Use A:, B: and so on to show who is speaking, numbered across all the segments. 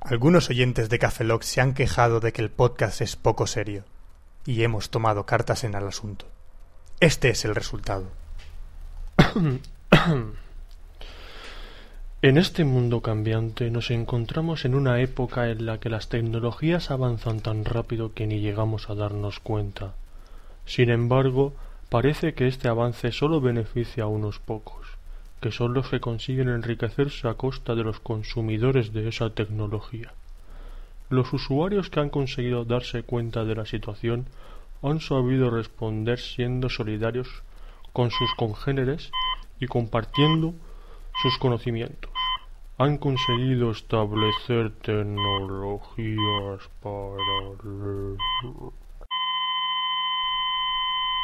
A: Algunos oyentes de Café Lock se han quejado de que el podcast es poco serio y hemos tomado cartas en el asunto. Este es el resultado.
B: En este mundo cambiante nos encontramos en una época en la que las tecnologías avanzan tan rápido que ni llegamos a darnos cuenta. Sin embargo, parece que este avance solo beneficia a unos pocos, que son los que consiguen enriquecerse a costa de los consumidores de esa tecnología. Los usuarios que han conseguido darse cuenta de la situación han sabido responder siendo solidarios con sus congéneres y compartiendo sus conocimientos. Han conseguido establecer tecnologías para...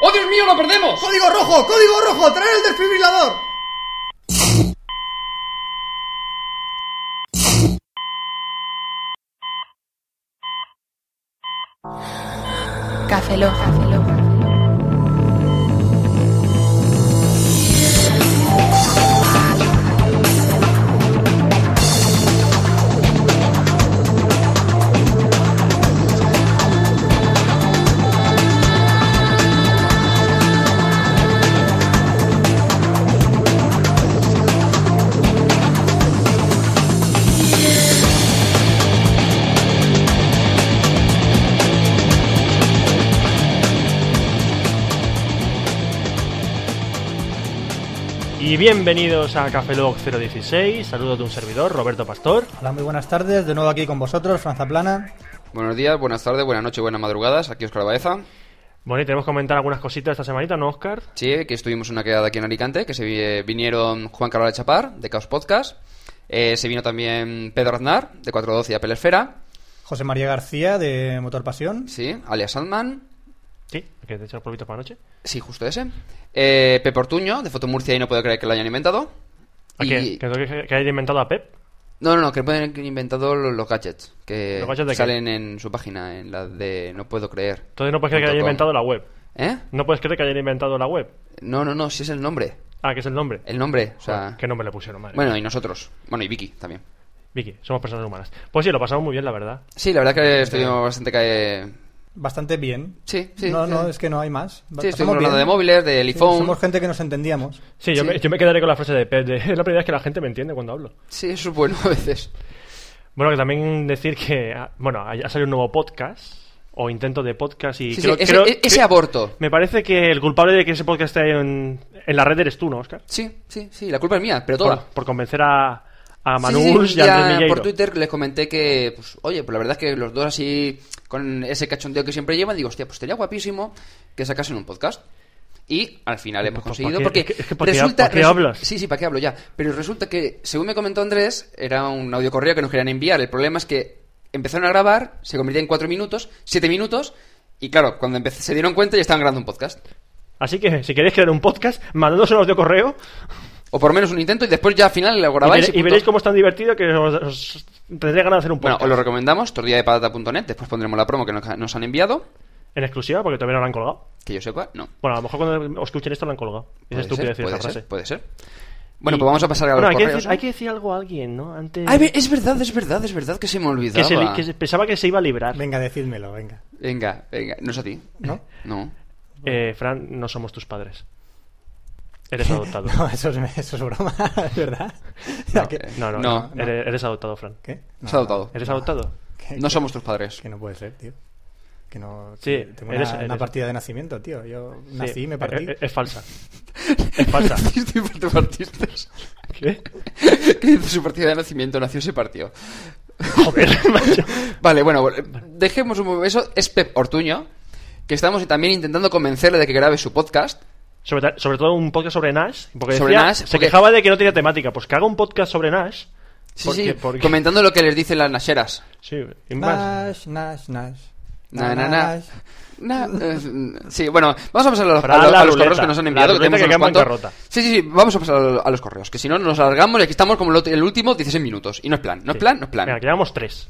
C: ¡Oh, Dios mío, lo perdemos!
D: ¡Código rojo! ¡Código rojo! ¡Trae el desfibrilador!
E: Café Lock.
B: Y bienvenidos a Cafelog 016, saludos de un servidor, Roberto Pastor.
F: Hola, muy buenas tardes. De nuevo aquí con vosotros, Franza Plana.
G: Buenos días, buenas tardes, buenas noches, buenas madrugadas. Aquí Oscar Baeza.
B: Bueno, y tenemos que comentar algunas cositas esta semanita, ¿no, Oscar?
G: Sí, que estuvimos en una quedada aquí en Alicante, que se vi- eh, vinieron Juan Carlos Chapar, de Caos Podcast. Eh, se vino también Pedro Aznar, de 412 y Apple Esfera.
F: José María García, de Motor Pasión.
G: Sí, alias Sandman.
B: Sí, que te echar los polvitos para la noche.
G: Sí, justo ese. Eh, Pepe Ortuño, de Foto Murcia, y no puedo creer que lo hayan inventado.
B: ¿A
G: Y-
B: qué? ¿Que, que, que haya inventado a Pep?
G: No, no, no, que pueden haber inventado lo- los gadgets. Que
B: ¿Los gadgets de qué?
G: salen en su página, en la de No puedo creer.
B: Entonces no puedes creer que haya
G: .com.
B: inventado la web.
G: ¿Eh?
B: No puedes creer que haya inventado la web.
G: No, no, no, si es el nombre.
B: Ah, que es el nombre.
G: El nombre, Eh, o sea...
B: Que no me le pusieron, madre.
G: Bueno, y nosotros. Bueno, y Vicky también.
B: Vicky, somos personas humanas. Pues sí, lo pasamos muy bien, la verdad.
G: Sí, la verdad que estuvimos bastante... Cae...
F: Bastante bien.
G: Sí, sí.
F: no,
G: sí.
F: no, es que no hay más.
G: Sí,
F: Pasamos
G: estuvimos hablando
F: bien.
G: de móviles, del
F: Sí,
G: iPhone.
F: somos gente que nos entendíamos.
B: Sí, yo,
G: Sí.
B: Me, yo me quedaré con la frase de Pep. de, es la primera vez que la gente me entiende cuando hablo.
G: Sí, eso es bueno a veces.
B: Bueno, que también decir que. ah, Bueno, ha ha salido un nuevo podcast. O intento de podcast y.
G: Sí,
B: creo-
G: sí, ese,
B: creo-
G: e- ese
B: creo-
G: aborto.
B: Me parece que el culpable de que ese podcast esté en, en la red eres tú, ¿no, Oscar?
G: Sí, sí, sí, la culpa es mía, pero toda.
B: Por, por convencer a, a
G: Sí,
B: Manús
G: sí,
B: y a Andrés
G: ya
B: Milleiro.
G: por Twitter les comenté que, pues, oye, pues la verdad es que los dos así, con ese cachondeo que siempre llevan, digo, hostia, pues sería guapísimo que sacasen un podcast. Y al final
B: Pues,
G: hemos
B: ¿pa'
G: conseguido,
B: qué?
G: porque
B: Es que- es que ¿pa' qué hab-
G: resulta...
B: pa' qué
G: resu-
B: hablas?
G: Sí, sí, ¿para qué hablo ya? Pero resulta que, según me comentó Andrés, era un audio correo que nos querían enviar. El problema es que empezaron a grabar, se convirtió en cuatro minutos, siete minutos, y claro, cuando empe- se dieron cuenta ya estaban grabando un podcast.
B: Así que si queréis crear un podcast, mandadnos un audio correo
G: O por lo menos un intento, y después ya al final lo
B: y,
G: grabáis.
B: vere- y
G: punto.
B: veréis cómo es tan divertido que os, os tendré ganas de hacer un
G: Bueno,
B: podcast.
G: os lo recomendamos, tortilladepatata.net, después pondremos la promo que nos- nos han enviado.
B: En exclusiva, porque todavía no la han colgado.
G: Que yo sepa, no.
B: Bueno, a lo mejor cuando os escuchen esto la han colgado. Es
G: Puede
B: estúpido
G: ser,
B: decir
G: puede
B: esa frase.
G: ser, puede ser. Bueno,
B: Y-
G: pues vamos a pasar a los
B: Bueno, hay que,
G: correos.
B: decir,
G: ¿no?
B: hay que decir algo a alguien, ¿no? Antes...
G: Ah, es ver- es verdad, es verdad, es verdad que se me
B: que,
G: olvidaba.
B: se li- que se- pensaba que se iba a librar.
F: Venga, decídmelo, venga.
G: Venga, venga, no es a ti.
F: ¿No?
G: No.
B: Eh, Fran, no somos tus padres. Eres adoptado.
F: No, eso es, eso es broma, es verdad. Ya que-
G: eh,
B: No, no,
G: No,
B: no. Eres, eres adoptado, Fran.
F: ¿Qué? No,
G: Se ha adoptado.
B: ¿Eres
F: no.
B: adoptado?
F: Que-
G: No
F: que-
G: somos tus padres.
F: Que no puede ser, tío. Que no.
B: Sí,
F: que tengo
B: eres-
F: una, una
B: eres-
F: partida de nacimiento, tío. Yo nací
B: Sí.
F: y me partí.
B: Eh, eh, Es, falsa. Es falsa.
G: Partiste y parte- partiste.
B: ¿Qué?
G: ¿Qué dice su partida de nacimiento? Nació ese partido.
B: Joder, macho.
G: Vale, bueno, eh, dejemos un momento. Eso es Pep Ortuño, que estamos también intentando convencerle de que grabe su podcast.
B: Sobre, ta- sobre todo un podcast sobre Nash. Porque
G: Sobre
B: decía-
G: Nash,
B: se
G: porque-
B: quejaba de que no tenía temática. Pues que haga un podcast sobre Nash.
G: Sí,
B: Porque-
G: sí,
B: porque-
G: comentando lo que les dicen las nacheras.
B: Sí, y
F: Nash,
B: más.
F: Nash, Nash.
G: Na, na, na. Na- eh, sí, bueno, vamos a pasar a los,
B: Para
G: a los-
B: la
G: a los
B: ruleta.
G: correos que nos han
B: La
G: enviado.
B: ruleta
G: tenemos
B: que
G: unos
B: queda en
G: cuantos.
B: bancarrota.
G: Sí, sí, sí, vamos a pasar a los correos, que si no nos alargamos y aquí estamos como el ot- el último 16 minutos. Y no es plan, no es plan, no es plan.
B: Venga, que llevamos tres.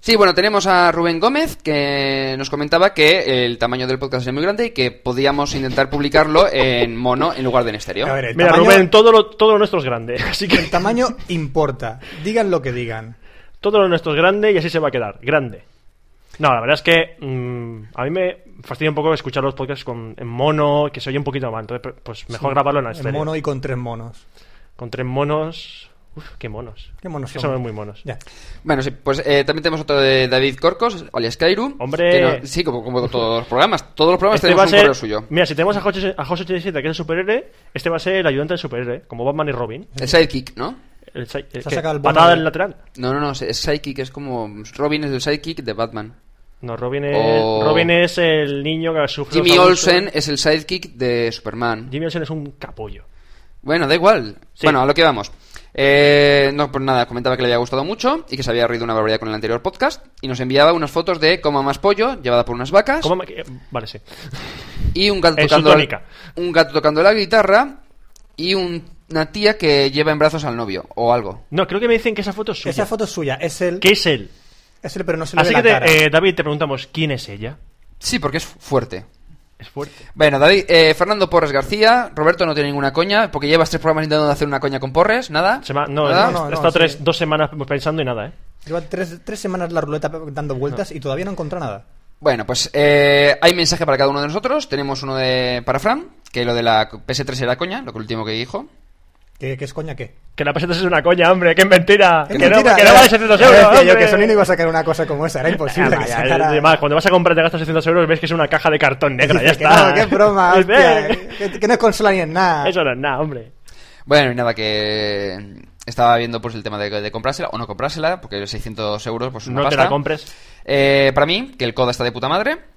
G: Sí, bueno, tenemos a Rubén Gómez que nos comentaba que el tamaño del podcast es muy grande y que podíamos intentar publicarlo en mono en lugar de en estéreo.
F: A ver, el
B: eh, Mira,
F: tamaño-
B: Rubén, todo lo, todo lo nuestro es grande. Así que
F: El tamaño importa. Digan lo que digan.
H: todo lo nuestro es grande y así se va a quedar, grande. No, la verdad es que mm, a mí me fastidia un poco escuchar los podcasts con, en mono, que se oye un poquito mal. Entonces, pe- pues mejor grabarlo en estéreo.
A: En mono y con tres monos.
H: Con tres monos. Uf, qué monos.
A: Qué monos
H: Que
A: son.
H: son muy monos.
A: Ya.
G: Bueno, sí, pues eh, también tenemos otro de David Corcos, alias Kairu.
H: Hombre.
G: que no- sí, como, como todos los programas. Todos los programas
H: Este va a
G: tenemos un
H: ser-
G: correo suyo.
H: Mira, si tenemos a José, a José 87, que es el superhéroe, este va a ser el ayudante del superhéroe, como Batman y Robin.
G: El sidekick, ¿no?
H: El, sai-
A: Se
H: eh,
A: ha
H: ¿qué?
A: sacado el
H: patada
A: bono
H: del
A: de-
H: lateral.
G: No, no, no, es sidekick, es como Robin es el sidekick de Batman.
H: No, Robin es,
G: O-
H: Robin es el niño que sufre. los
G: Oh. Jimmy
H: abusos.
G: Olsen es el sidekick de Superman.
H: Jimmy Olsen es un capollo.
G: Bueno, da igual.
H: Sí.
G: Bueno, a lo que vamos. Eh, no, pues nada, comentaba que le había gustado mucho y que se había reído una barbaridad con el anterior podcast y nos enviaba unas fotos de coma más pollo llevada por unas vacas
H: ¿Cómo me- eh, Vale, sí.
G: y un gato
H: En su
G: tocando
H: tónica.
G: un gato tocando la guitarra y un- una tía que lleva en brazos al novio o algo.
H: No, creo que me dicen que esa foto es suya.
A: Esa foto es suya, es él.
H: ¿Qué es él?
A: Es él, pero no se le
H: Así
A: ve
H: que,
A: la cara.
H: te- eh, David, te preguntamos, ¿quién es ella?
G: Sí, porque es fuerte.
H: Es fuerte.
G: Bueno, David, eh, Fernando Porres García, Roberto no tiene ninguna coña porque llevas tres programas intentando hacer una coña con Porres, nada.
H: Se me ha- no,
G: ¿Nada?
H: he- he
A: No, no,
H: estado
A: sí.
H: tres, dos semanas pensando y nada, ¿eh?
A: Lleva tres, tres semanas la ruleta dando vueltas y todavía no encontró nada.
G: Bueno, pues eh, hay mensaje para cada uno de nosotros. Tenemos uno de para Fran, que lo de la PS3 era coña, lo que último que dijo.
A: ¿Qué, qué es coña qué?
H: Que la peseta es una coña, hombre, que es mentira.
A: Es
H: que,
A: mentira,
H: no, que no
A: eh.
H: vale 700
A: Ya
H: euros.
A: decía yo
H: hombre.
A: que Sony no iba a sacar una cosa como esa, era
G: Pues
A: imposible
H: Ah,
A: que
H: vaya,
A: sacara.
H: además, cuando vas a comprar te gastas 600 euros ves que es una caja de cartón negra, ya
A: Dice que
H: está.
A: No, qué broma,
H: Dices,
A: hostia,
H: "Eh".
A: que, que no es consola ni en nada.
H: Eso no es nada, hombre.
G: Bueno, y nada, que estaba viendo pues el tema de, de comprársela o no comprársela, porque 600 euros pues una
H: No te
G: pasta.
H: la compres.
G: Eh, para mí, que el CODA está de puta madre.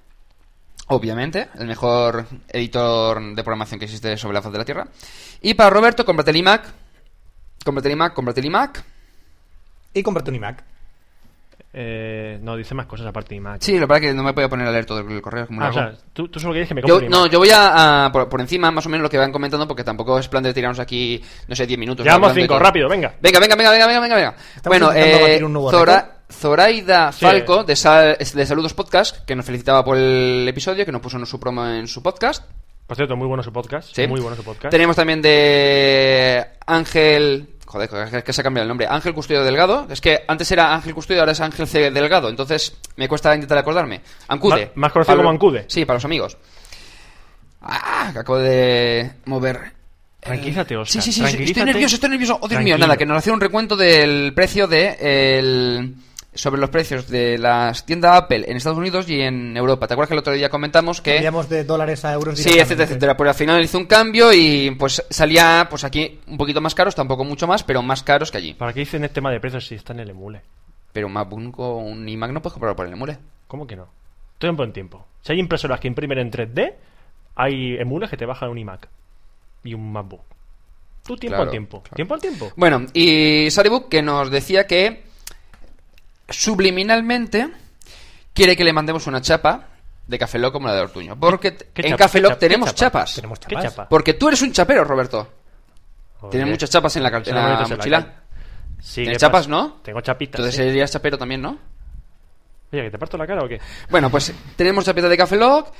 G: Obviamente, el mejor editor de programación que existe sobre la faz de la Tierra. Y para Roberto, cómprate el iMac. Cómprate el iMac, cómprate el iMac.
A: Y comprate un iMac.
H: Eh, no, dice más cosas aparte de iMac.
G: Sí, lo que pasa es que no me podía poner a leer todo el correo. Como
H: Ah,
G: lo
H: o
G: hago.
H: sea, tú, tú solo quieres que me
G: Yo,
H: compre un
G: no,
H: iMac.
G: yo voy a, a por, por encima más o menos lo que van comentando porque tampoco es plan de tirarnos aquí, no sé, 10 minutos.
H: Llevamos
G: hablando de
H: cinco,
G: todo.
H: rápido, venga.
G: Venga, venga, venga, venga, venga, venga. venga. Bueno,
A: intentando
G: eh,
A: batir un nuevo
G: Zora-
A: récord.
G: Zoraida
H: Sí.
G: Falco de, Sal- de Saludos Podcast, que nos felicitaba por el episodio, que nos puso en su promo en su podcast.
H: Por cierto, muy bueno su podcast.
G: Sí.
H: Muy bueno su podcast.
G: Tenemos también de Ángel... Joder, que- que se ha cambiado el nombre. Ángel Custodio Delgado. Es que antes era Ángel Custodio, ahora es Ángel C. Delgado. Entonces me cuesta intentar acordarme. Ancude.
H: Ma- más conocido
G: Pablo-
H: como Ancude.
G: Sí, para los amigos. Ah, que acabo de mover.
H: Tranquilízate, Óscar,
G: Sí, sí, sí.
H: tranquilízate.
G: Estoy nervioso, estoy nervioso. Oh, Dios mío,
H: Tranquilo.
G: nada, que nos hacía un recuento del precio de... el- sobre los precios de las tiendas Apple en Estados Unidos y en Europa. ¿Te acuerdas que el otro día comentamos que...
A: Cambiamos de dólares a euros
G: Sí,
A: directamente.
G: etcétera, etcétera. Pero al final hizo un cambio y pues salía pues aquí un poquito más caros, tampoco mucho más, pero más caros que allí.
H: ¿Para qué dicen el tema de precios si está en el emule?
G: Pero un MacBook o un iMac no puedes comprarlo por el emule.
H: ¿Cómo que no? Estoy en buen tiempo. Si hay impresoras que imprimen en 3D, hay emules que te bajan un iMac y un MacBook. Tú tiempo
G: Claro,
H: al tiempo.
G: claro.
H: Tiempo al tiempo.
G: Bueno, y Saribook que nos decía que subliminalmente quiere que le mandemos una chapa de Café Lock como la de Ortuño. Porque t-
H: ¿Qué
G: en
H: chapa?
G: Café Lock
H: ¿Qué
G: tenemos
H: chapa?
G: chapas.
A: Tenemos
H: ¿Qué
A: chapas.
H: chapa?
G: Porque tú eres un chapero, Roberto.
H: Joder.
G: Tienes muchas chapas en la, cal- en la
H: Solamente se
G: mochila.
H: cae. Sí,
G: Tienes
H: ¿qué
G: chapas,
H: pasa?
G: ¿no?
H: Tengo chapitas.
G: Entonces
H: sí.
G: serías chapero también, ¿no?
H: Oye, ¿que te parto la cara o qué?
G: Bueno, pues tenemos chapitas de Café Lock,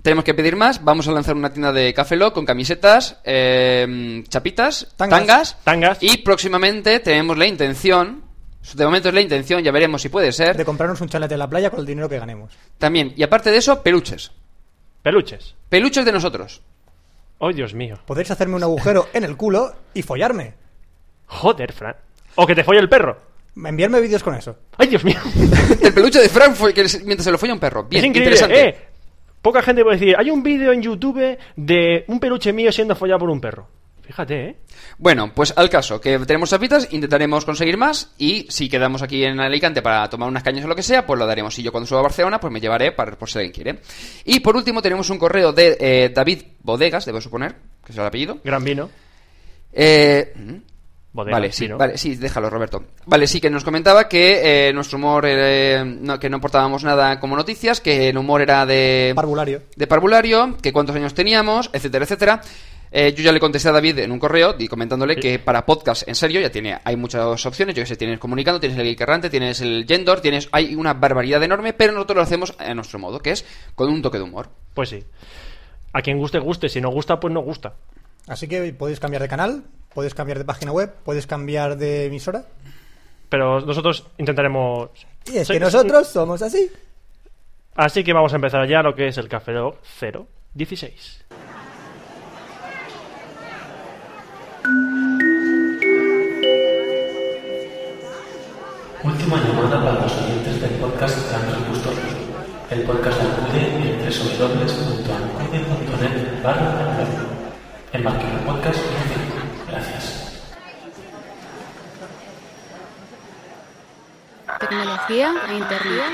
G: tenemos que pedir más, vamos a lanzar una tienda de Café Lock con camisetas, eh, chapitas,
A: Tangas.
G: tangas,
H: Tangas.
G: y próximamente tenemos la intención, de momento es la intención, ya veremos si puede
A: De
G: ser,
A: comprarnos un chalet en la playa con el dinero que ganemos.
G: también, y aparte de eso, peluches,
H: Peluches.
G: peluches de nosotros.
H: Oh, Dios mío.
A: Podéis hacerme un agujero en el culo y follarme.
H: Joder, Fran. O que te folle el perro.
A: Enviarme vídeos con eso.
H: Ay, Dios mío.
G: El peluche de Frank fue que es- mientras se lo folla un perro, bien,
H: es increíble.
G: interesante.
H: Eh, poca gente puede decir, hay un vídeo en YouTube de un peluche mío siendo follado por un perro. Fíjate, ¿eh?
G: Bueno, pues al caso, que tenemos chapitas, intentaremos conseguir más y si quedamos aquí en Alicante para tomar unas cañas o lo que sea, pues lo daremos. Y yo cuando suba a Barcelona, pues me llevaré para, por si alguien quiere. Y por último tenemos un correo de eh, David Bodegas, debo suponer, que es el apellido.
H: Gran vino.
G: Eh, ¿hmm?
H: Bodega,
G: vale, sí,
H: vino.
G: vale, sí, déjalo, Roberto. Vale, sí, que nos comentaba que eh, nuestro humor, eh, no- que no portábamos nada como noticias, que el humor era de
A: Parvulario.
G: de parvulario, que cuántos años teníamos, etcétera, etcétera. Eh, yo ya le contesté a David en un correo y comentándole que para podcast en serio ya tiene hay muchas opciones. Yo que sé, tienes comunicando, tienes el Geek errante, tienes el Gendor, tienes hay una barbaridad enorme, pero nosotros lo hacemos a nuestro modo, que es con un toque de humor.
H: Pues sí. A quien guste, guste. Si no gusta, pues no gusta.
A: Así que podéis cambiar de canal, podéis cambiar de página web, podéis cambiar de emisora.
H: Pero nosotros intentaremos.
F: Y es
H: Sí,
F: que
H: sí.
F: nosotros somos así.
H: Así que vamos a empezar ya lo que es el Café Log 016.
I: Última llamada para los oyentes del podcast Transgustos. El podcast de Alcude en www.alcude.net barra Alcude. El marquero podcast y Gracias.
E: Tecnología e internet.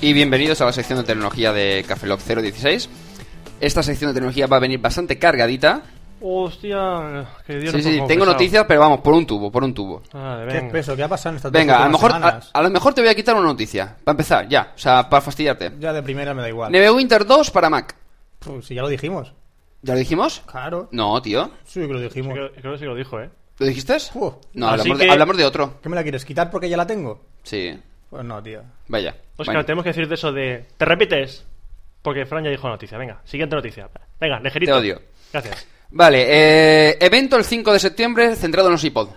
G: Y bienvenidos a la sección de tecnología de Cafeloc 016. Esta sección de tecnología va a venir bastante cargadita.
H: Hostia, que Dios
G: Sí,
H: nos
G: sí,
H: confesado.
G: tengo noticias, pero vamos, por un tubo, por un tubo.
H: Vale,
F: ¿Qué es
H: venga.
F: eso? ¿Qué ha pasado en estas dos
G: Venga, a lo,
F: últimas
G: mejor, a,
F: semanas?
G: a lo mejor te voy a quitar una noticia. Para empezar, ya. O sea, para fastidiarte.
F: Ya de primera me da igual.
G: Neverwinter 2 para Mac.
F: Pues, si ya lo dijimos.
G: ¿Ya lo dijimos?
F: Claro.
G: No, tío.
F: Sí que lo dijimos.
H: Creo, creo que sí lo dijo, ¿eh?
G: ¿Lo dijiste?
F: Uf.
G: No,
H: Así
G: hablamos, de,
H: que-
G: hablamos de otro.
F: ¿Qué me la quieres quitar porque ya la tengo?
G: Sí.
F: Pues no, tío.
G: Vaya.
H: Oscar,
G: Bueno,
H: tenemos que decirte eso de. ¿Te repites? Porque Fran ya dijo noticia. Venga, siguiente noticia. Venga, legerito.
G: Te odio.
H: Gracias.
G: Vale, eh, evento el 5 de septiembre centrado en los iPod.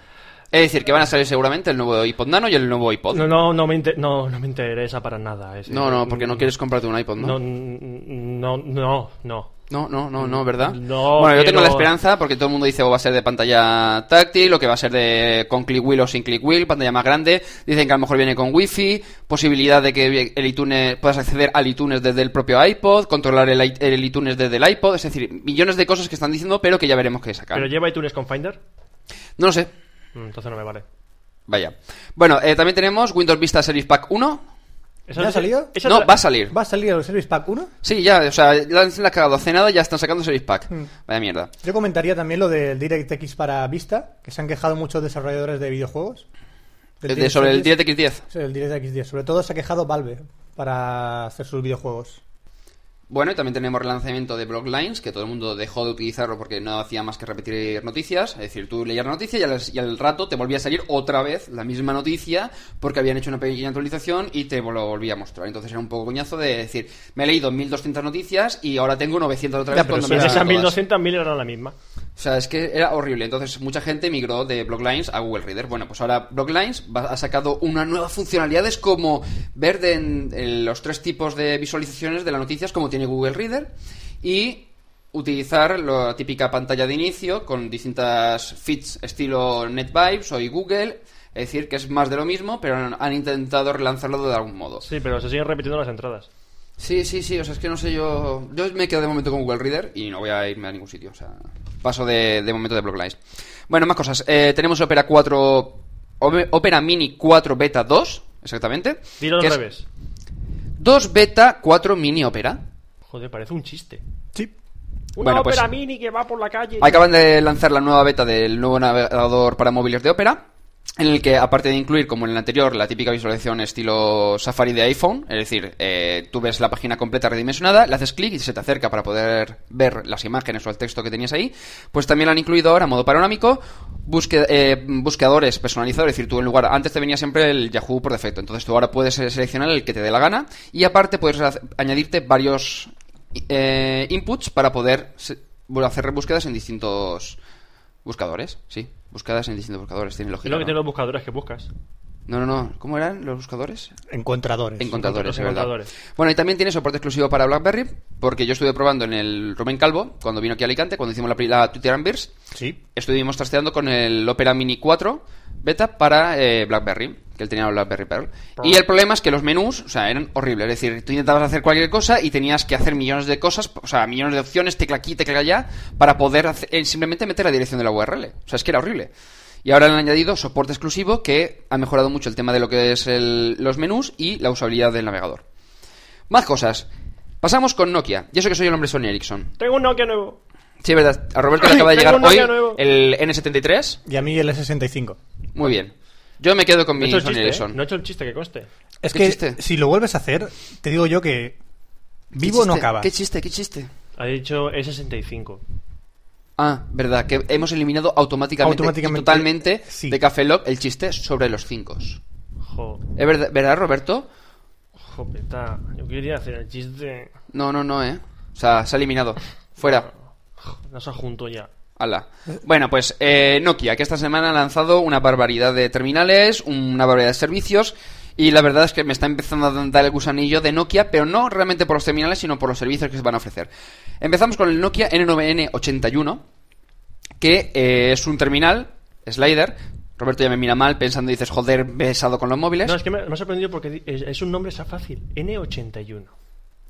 G: Es decir, que van a salir seguramente el nuevo iPod Nano y el nuevo iPod.
H: No, no, no me, inte- no, no me interesa para nada. ese-
G: No, no, porque no quieres comprarte un iPod, ¿no?
H: No, no, no, no.
G: No, no, no, no, ¿verdad?
H: No,
G: bueno, yo tengo
H: quiero-
G: la esperanza porque todo el mundo dice o va a ser de pantalla táctil o que va a ser de con click wheel o sin click wheel, pantalla más grande. Dicen que a lo mejor viene con wifi, posibilidad de que el iTunes puedas acceder al iTunes desde el propio iPod, controlar el, i- el iTunes desde el iPod, es decir, millones de cosas que están diciendo, pero que ya veremos qué sacan.
H: ¿Pero lleva iTunes con Finder?
G: No lo sé.
H: Mm, Entonces no me vale.
G: Vaya. Bueno, eh, también tenemos Windows Vista Series Pack 1.
H: Esa-
F: ¿Ya ha salido?
H: esa-
G: No, va a salir.
F: ¿Va a salir el Service Pack 1?
G: Sí, ya, o sea, ya han la cagado hace nada, ya están sacando Series Pack.
F: Hmm.
G: Vaya mierda.
F: Yo comentaría también lo del DirectX para Vista, que se han quejado muchos desarrolladores de videojuegos. Del
G: Eh, De- sobre el
F: DirectX.
G: DirectX 10.
F: Sí, el DirectX 10. Sobre todo se ha quejado Valve para hacer sus videojuegos.
G: Bueno, y también tenemos relanzamiento de Blocklines, que todo el mundo dejó de utilizarlo porque no hacía más que repetir noticias. Es decir, tú leías la noticia y al, y al rato te volvía a salir otra vez la misma noticia porque habían hecho una pequeña actualización y te lo volvía a mostrar. Entonces era un poco coñazo de decir, me he leído 1200 noticias y ahora tengo 900 otra
F: Ya,
G: vez.
F: pero
G: cuando
F: si
G: me
H: En
F: es
G: las
H: esas
G: dan todas.
H: 1200 mil eran la misma.
G: O sea, es que era horrible. Entonces, mucha gente migró de Blocklines a Google Reader. Bueno, pues ahora Blocklines va- ha sacado unas nuevas funcionalidades como ver de en- en los tres tipos de visualizaciones de las noticias como tiene Google Reader y utilizar lo- la típica pantalla de inicio con distintas feeds estilo NetVibes o Google. Es decir, que es más de lo mismo, pero han han intentado relanzarlo de algún modo.
H: Sí, pero se siguen repitiendo las entradas.
G: Sí, sí, sí, o sea, es que no sé yo... Yo me quedo de momento con Google Reader y no voy a irme a ningún sitio, o sea, paso de, de momento de Blocklines. Bueno, más cosas. Eh, tenemos Opera 4... Ome- Opera Mini 4 Beta 2, exactamente.
H: Dilo al
G: que es
H: revés.
G: 2 Beta 4 Mini Opera.
H: Joder, parece un chiste.
F: Sí.
H: Una
G: Bueno, pues-
H: ópera mini que va por la calle.
G: Acaban de lanzar la nueva beta del nuevo navegador para móviles de Opera, en el que, aparte de incluir, como en el anterior, la típica visualización estilo Safari de iPhone, es decir, eh, tú ves la página completa redimensionada, le haces clic y se te acerca para poder ver las imágenes o el texto que tenías ahí, pues también lo han incluido ahora modo panorámico, busque- eh, buscadores personalizados, es decir, tú en lugar, antes te venía siempre el Yahoo por defecto, entonces tú ahora puedes eh, seleccionar el que te dé la gana y aparte puedes hace- añadirte varios eh, inputs para poder se- bueno, hacer búsquedas en distintos buscadores. Sí, búsquedas en distintos buscadores. Tiene
H: Es
G: lógica.
H: lo que
G: ¿no?
H: tienen los buscadores que buscas.
G: no, no, no. ¿Cómo eran los buscadores?
F: Encontradores.
G: Encontradores,
H: Los
G: es verdad.
H: encontradores.
G: Bueno, y también tiene soporte exclusivo para BlackBerry, porque yo estuve probando en el Rubén Calvo, cuando vino aquí a Alicante, cuando hicimos la, pri- la Twitter and Beers,
F: Sí.
G: estuvimos trasteando con el Opera Mini 4 beta para eh, BlackBerry, que él tenía el BlackBerry Pearl. Y el problema es que los menús, o sea, eran horribles. Es decir, tú intentabas hacer cualquier cosa y tenías que hacer millones de cosas, o sea, millones de opciones, tecla aquí, tecla allá, para poder hace- eh, simplemente meter la dirección de la URL. O sea, es que era horrible. Y ahora le han añadido soporte exclusivo que ha mejorado mucho el tema de lo que es el- los menús y la usabilidad del navegador. Más cosas. Pasamos con Nokia. Y eso que soy el hombre Sony Ericsson.
H: Tengo un Nokia nuevo.
G: Sí, verdad. A Roberto le acaba de
H: Tengo
G: llegar
H: un
G: hoy
H: Nokia nuevo.
G: el N73.
F: Y a mí el S65.
G: Muy bien. Yo me quedo con
H: No he
G: mi
H: hecho el
G: Sony
H: chiste,
G: Ericsson.
H: ¿eh? No he hecho el chiste que conste.
F: Es
G: ¿Qué
F: que
G: chiste?
F: si lo vuelves a hacer, te digo yo que
G: ¿Qué
F: vivo no
G: chiste?
F: acaba.
H: E
G: ¿Qué chiste? ¿Qué chiste?
H: Ha dicho E65.
G: Ah, verdad, que hemos eliminado automáticamente,
F: Automáticamente,
G: y totalmente
F: sí.
G: de Café Lock el chiste sobre los cinco. ¿Es
H: Jo,
G: verdad, verdad, Roberto?
H: jopeta. Yo quería hacer el chiste.
G: No, no, no, ¿eh? O sea, se ha eliminado. Fuera.
H: No se junto ya.
G: Ala. Bueno, pues eh, Nokia, que esta semana ha lanzado una barbaridad de terminales, una barbaridad de servicios, y la verdad es que me está empezando a dar el gusanillo de Nokia, pero no realmente por los terminales, sino por los servicios que se van a ofrecer. Empezamos con el Nokia N9N81, que eh, es un terminal, slider. Roberto ya me mira mal pensando, dices, joder, besado con los móviles.
H: No, es que me, me ha sorprendido porque di- es, es un nombre tan fácil. N81.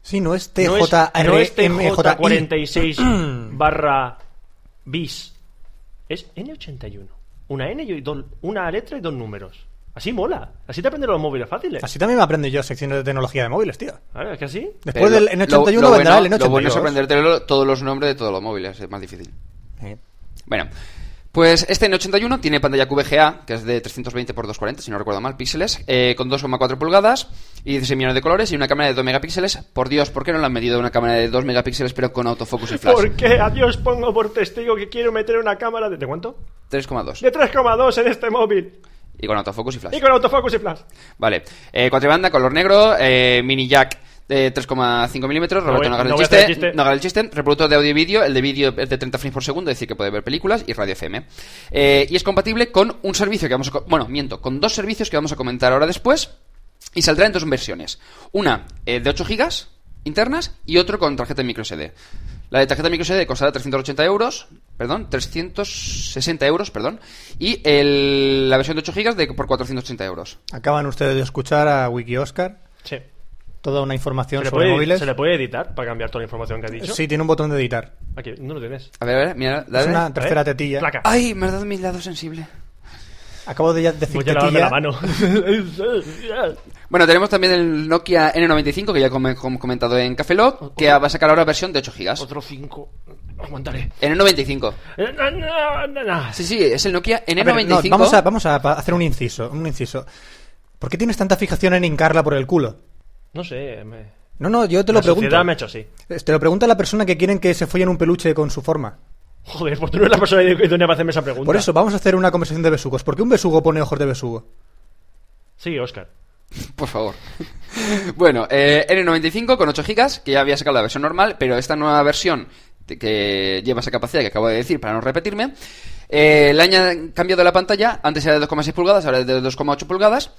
F: Sí, no es
H: No es- no es
F: TJRMJI.
H: TJ46 barra bis. Es N81. Una N y dos- una letra y dos números. Así mola. Así te aprendes los móviles fáciles.
F: Así también me aprendí yo secciones de tecnología de móviles, tío.
H: Claro, es que así.
G: Pero
F: Después del
G: lo-
F: N81 vendrá
G: lo bueno-
F: el N82.
G: Lo bueno es aprenderte lo- todos los nombres de todos los móviles, es más difícil.
F: Eh,
G: Bueno, pues este N81 tiene pantalla QVGA, que es de 320x240, si no recuerdo mal, píxeles, eh, con 2,4 pulgadas y 16 millones de colores y una cámara de 2 megapíxeles. Por Dios, ¿por qué no le han medido una cámara de 2 megapíxeles pero con autofocus y flash?
H: ¿Por qué? Adiós, pongo por testigo que quiero meter una cámara de... ¿De cuánto?
G: 3,2.
H: De 3,2 en este móvil.
G: Y con autofocus y flash.
H: Y con autofocus y flash.
G: Vale, eh, cuatribanda, color negro, eh, mini jack de 3,5 milímetros,
H: No
G: Roberto
H: voy-
G: no, hagas
H: no
G: el
H: voy a hacer el
G: chiste,
H: chiste.
G: no hagas el chiste, reproductor de audio y vídeo, el de vídeo es de 30 frames por segundo, es decir, que puede ver películas y radio FM. Eh, y es compatible con un servicio que vamos a... co- Bueno, miento, con dos servicios que vamos a comentar ahora después y saldrá en dos versiones. Una eh, de 8 gigas internas y otro con tarjeta micro SD. La de tarjeta micro SD costará 380 euros, perdón, 360 euros, perdón, y el- la versión de 8 gigas de, por 480 euros.
F: Acaban ustedes de escuchar a Wiki Oscar.
H: Sí.
F: Toda una información
H: ¿Se le,
F: sobre
H: puede,
F: móviles.
H: se le puede editar para cambiar toda la información que ha dicho?
F: Sí, tiene un botón de editar.
H: Aquí, no lo tienes.
G: A ver, a ver, mira,
F: Es
G: dale.
F: una tercera
H: ¿Eh?
F: tetilla.
H: Placa.
G: Ay, me has dado mi lado sensible.
F: Acabo de ya decir
H: Voy a
F: tetilla.
H: lavarme Pues la mano.
G: Bueno, tenemos también el Nokia N95, que ya com- com- comentado en Café Lock, que va a sacar ahora versión de 8 GB.
H: Otro 5. Aguantaré.
G: N95.
H: Eh, na, na, na, na.
G: Sí, sí, es el Nokia
F: A ver, no,
G: N95.
F: vamos a, vamos a pa- hacer un inciso, un inciso. ¿Por qué tienes tanta fijación en hincarla por el culo?
H: No sé. Me...
F: No, no, yo te lo
H: la sociedad
F: pregunto.
H: me ha hecho así.
F: Eh, Te lo pregunta la persona que quieren que se follen un peluche con su forma.
H: Joder, pues tú no eres la persona idónea para hacerme esa pregunta.
F: Por eso, vamos a hacer una conversación de besugos. ¿Por qué un besugo pone ojos de besugo?
H: Sí, Oscar.
G: Por favor. bueno, eh, N95 con 8 GB, que ya había sacado la versión normal, pero esta nueva versión de- que lleva esa capacidad que acabo de decir para no repetirme, eh, le han cambiado la pantalla, antes era de 2,6 pulgadas, ahora es de 2,8 pulgadas,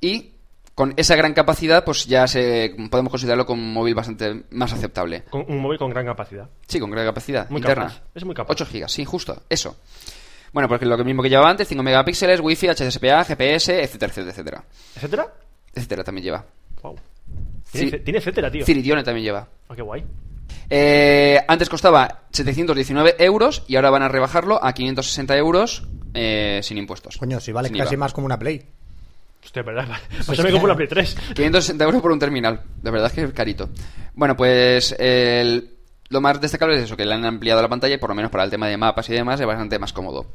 G: y con esa gran capacidad, pues ya se, podemos considerarlo como un móvil bastante más aceptable.
H: Con un móvil con gran capacidad.
G: Sí, con gran capacidad
H: Muy
G: interna.
H: capaz, es muy capaz.
G: 8 gigas, sí, justo, eso. Bueno, porque lo que mismo que llevaba antes, 5 megapíxeles, wifi, HSPA, GPS, etcétera, etcétera, etcétera.
H: ¿Etcétera?
G: Etcétera también lleva.
H: Wow. Tiene,
G: Sí.
H: ce- tiene etcétera, tío.
G: Ciridione también lleva.
H: Ah, qué guay.
G: Eh, antes costaba 719 euros y ahora van a rebajarlo a 560 euros eh, sin impuestos.
F: Coño, si vale
G: Sin
F: casi
G: IVA.
F: más como una Play.
H: Hostia, verdad. Pues yo me compro la Play 3.
G: 560 euros por un terminal. La verdad es que es carito. Bueno, pues el- lo más destacable es eso, que le han ampliado la pantalla y por lo menos para el tema de mapas y demás es bastante más cómodo.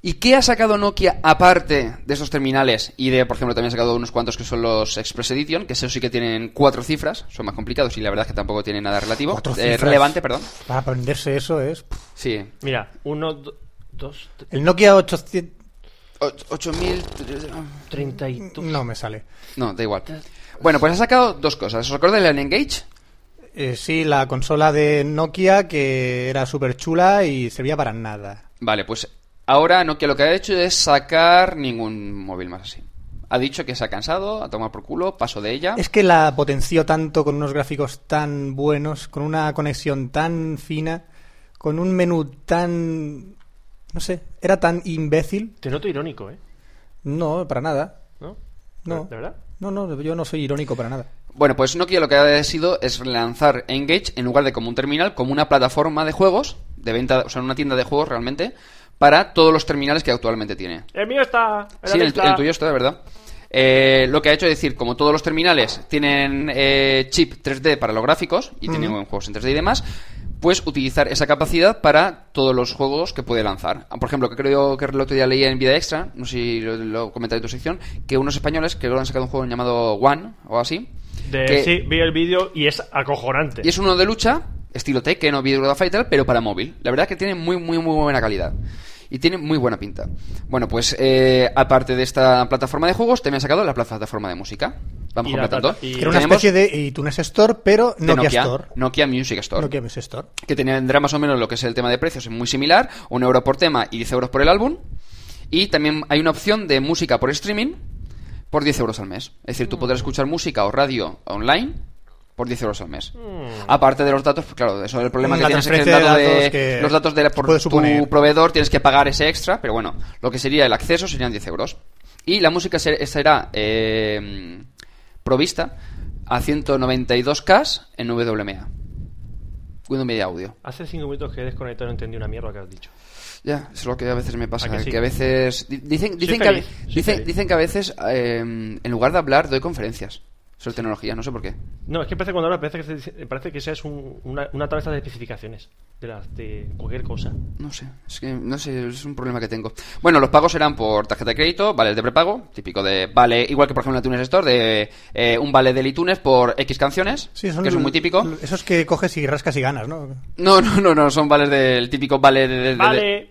G: ¿Y qué ha sacado Nokia aparte de estos terminales? Y de, por ejemplo, también ha sacado unos cuantos que son los Express Edition, que esos sí que tienen cuatro cifras, son más complicados y la verdad es que tampoco tienen nada relativo.
F: Cuatro
G: eh,
F: cifras.
G: relevante, perdón.
F: Para aprenderse eso es...
G: Sí.
H: Mira, uno, do- dos, tre-
F: El Nokia 800...
G: O- 8000...
H: treinta y dos.
F: No me sale.
G: No, da igual. Bueno, pues ha sacado dos cosas. ¿Os acordáis del N-Engage?
F: Eh, sí, la consola de Nokia que era súper chula y servía para nada.
G: Vale, pues ahora Nokia lo que ha hecho es sacar ningún móvil más así. Ha dicho que se ha cansado, ha tomado por culo, paso de ella.
F: Es que la potenció tanto con unos gráficos tan buenos, con una conexión tan fina, con un menú tan... no sé, era tan imbécil.
H: Te noto irónico, ¿eh?
F: No, para nada.
H: ¿No?
F: No.
H: ¿De verdad?
F: No, no, yo no soy irónico para nada.
G: Bueno, pues Nokia lo que ha sido es lanzar Engage en lugar de como un terminal, como una plataforma de juegos, de venta, o sea, una tienda de juegos realmente, para todos los terminales que actualmente tiene.
H: El mío está.
G: Sí, el, tu-
H: está.
G: el tuyo está, de verdad. Eh, lo que ha hecho es decir, como todos los terminales tienen eh, chip 3D para los gráficos y tienen juegos en 3D y demás, pues utilizar esa capacidad para todos los juegos que puede lanzar. Ah, Por ejemplo, que creo que el otro día leía en Vida Extra, no sé si lo, lo comentaré en tu sección, que unos españoles que han sacado un juego llamado One o así.
H: De-
G: que-
H: Sí, vi el vídeo y es acojonante.
G: y es uno de lucha estilo Tekken o Virtua Fighter, pero para móvil. La verdad es que tiene muy, muy, muy buena calidad. Y tiene muy buena pinta. Bueno, pues eh, aparte de esta plataforma de juegos, también ha sacado la plataforma de música. Vamos
H: Y la
G: completando.
H: plata- y-
F: Que era una
G: Tenemos
F: especie de iTunes Store, pero
G: de
F: Nokia,
G: Nokia,
F: Store.
G: Nokia Music Store.
F: Nokia Music Store.
G: que tendrá más o menos lo que es el tema de precios, es muy similar, un euro por tema y 10 euros por el álbum. Y también hay una opción de música por streaming por 10 euros al mes. Es
F: Mm.
G: decir, tú podrás escuchar música o radio online por 10 euros al mes. Aparte de los datos, pues claro, eso es el problema
F: Mm. La
G: que tienes es que el
F: transferencia
G: dato
F: de
G: de,
F: datos que
G: los datos de la- por
F: puede
G: tu
F: suponer.
G: proveedor tienes que pagar ese extra, pero bueno, lo que sería el acceso serían 10 euros. Y la música ser- será eh, provista a 192K en WMA. Windows Media Audio.
H: Hace cinco minutos que he desconectado y no entendí una mierda que has dicho.
G: Ya, es lo que a veces me pasa,
H: ¿A que
G: que,
H: sí?
G: a veces... di- Dicen, dicen, que, a,
H: feliz, soy
G: dicen,
H: feliz.
G: dicen que a veces, eh, en lugar de hablar, doy conferencias sobre tecnología, no sé por qué.
H: No, es que parece cuando hablas, parece que, se- parece que seas un- una, una tabla de especificaciones de, las, de cualquier cosa.
G: No sé, es que no sé, es un problema que tengo. Bueno, los pagos serán por tarjeta de crédito, vales de prepago, típico de vale, igual que por ejemplo en iTunes Store, de eh, un vale del iTunes por X canciones, que es muy típico.
F: l- Esos que coges y rascas y ganas, ¿no?
G: No, no, no, no, son vales del típico vale de... de- de-
H: Vale,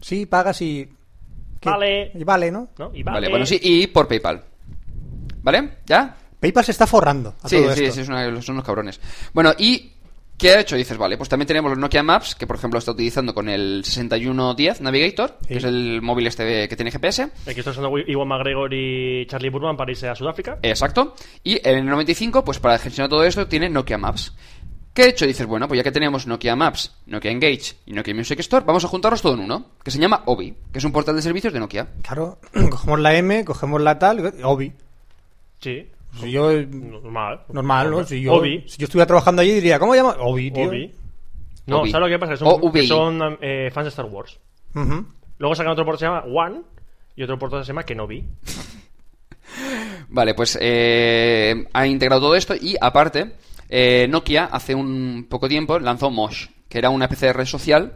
F: Sí, pagas y. ¿qué?
H: Vale.
F: Y vale, ¿no?
H: ¿no? Y
G: Vale,
H: vale.
G: bueno, sí, y por PayPal. ¿Vale? ¿Ya?
F: PayPal se está forrando a
G: Sí,
F: todo
G: sí,
F: esto.
G: sí, es una- son unos cabrones. Bueno, ¿y qué ha hecho? Dices, vale, pues también tenemos los Nokia Maps, que por ejemplo está utilizando con el 6110 Navigator,
F: Sí.
G: que es el móvil este de- que tiene GPS.
H: Aquí están usando Iwan McGregor y Charlie Burman para irse a Sudáfrica.
G: Exacto. Y en el 95, pues para gestionar todo esto, tiene Nokia Maps. ¿Qué ha hecho? Dices, bueno, pues ya que tenemos Nokia Maps, Nokia Engage y Nokia Music Store, vamos a juntarlos todo en uno, que se llama OBI, que es un portal de servicios de Nokia.
F: Claro, cogemos la M, cogemos la tal, Obi.
H: Sí,
F: Si yo.
H: normal.
F: Normal, ¿no? Si yo,
H: Obi.
F: si yo estuviera trabajando allí diría, ¿cómo llama? Obi, tío.
H: Obi. No,
G: Obi.
H: ¿sabes lo que pasa? Que
G: O
H: son, que
G: UBI.
H: son, eh, fans de Star Wars.
F: Ujú.
H: Luego sacan otro portal que se llama One y otro portal que se llama Kenobi.
G: Vale, pues eh, ha integrado todo esto y aparte, eh, Nokia hace un poco tiempo lanzó Mosh, que era una especie de red social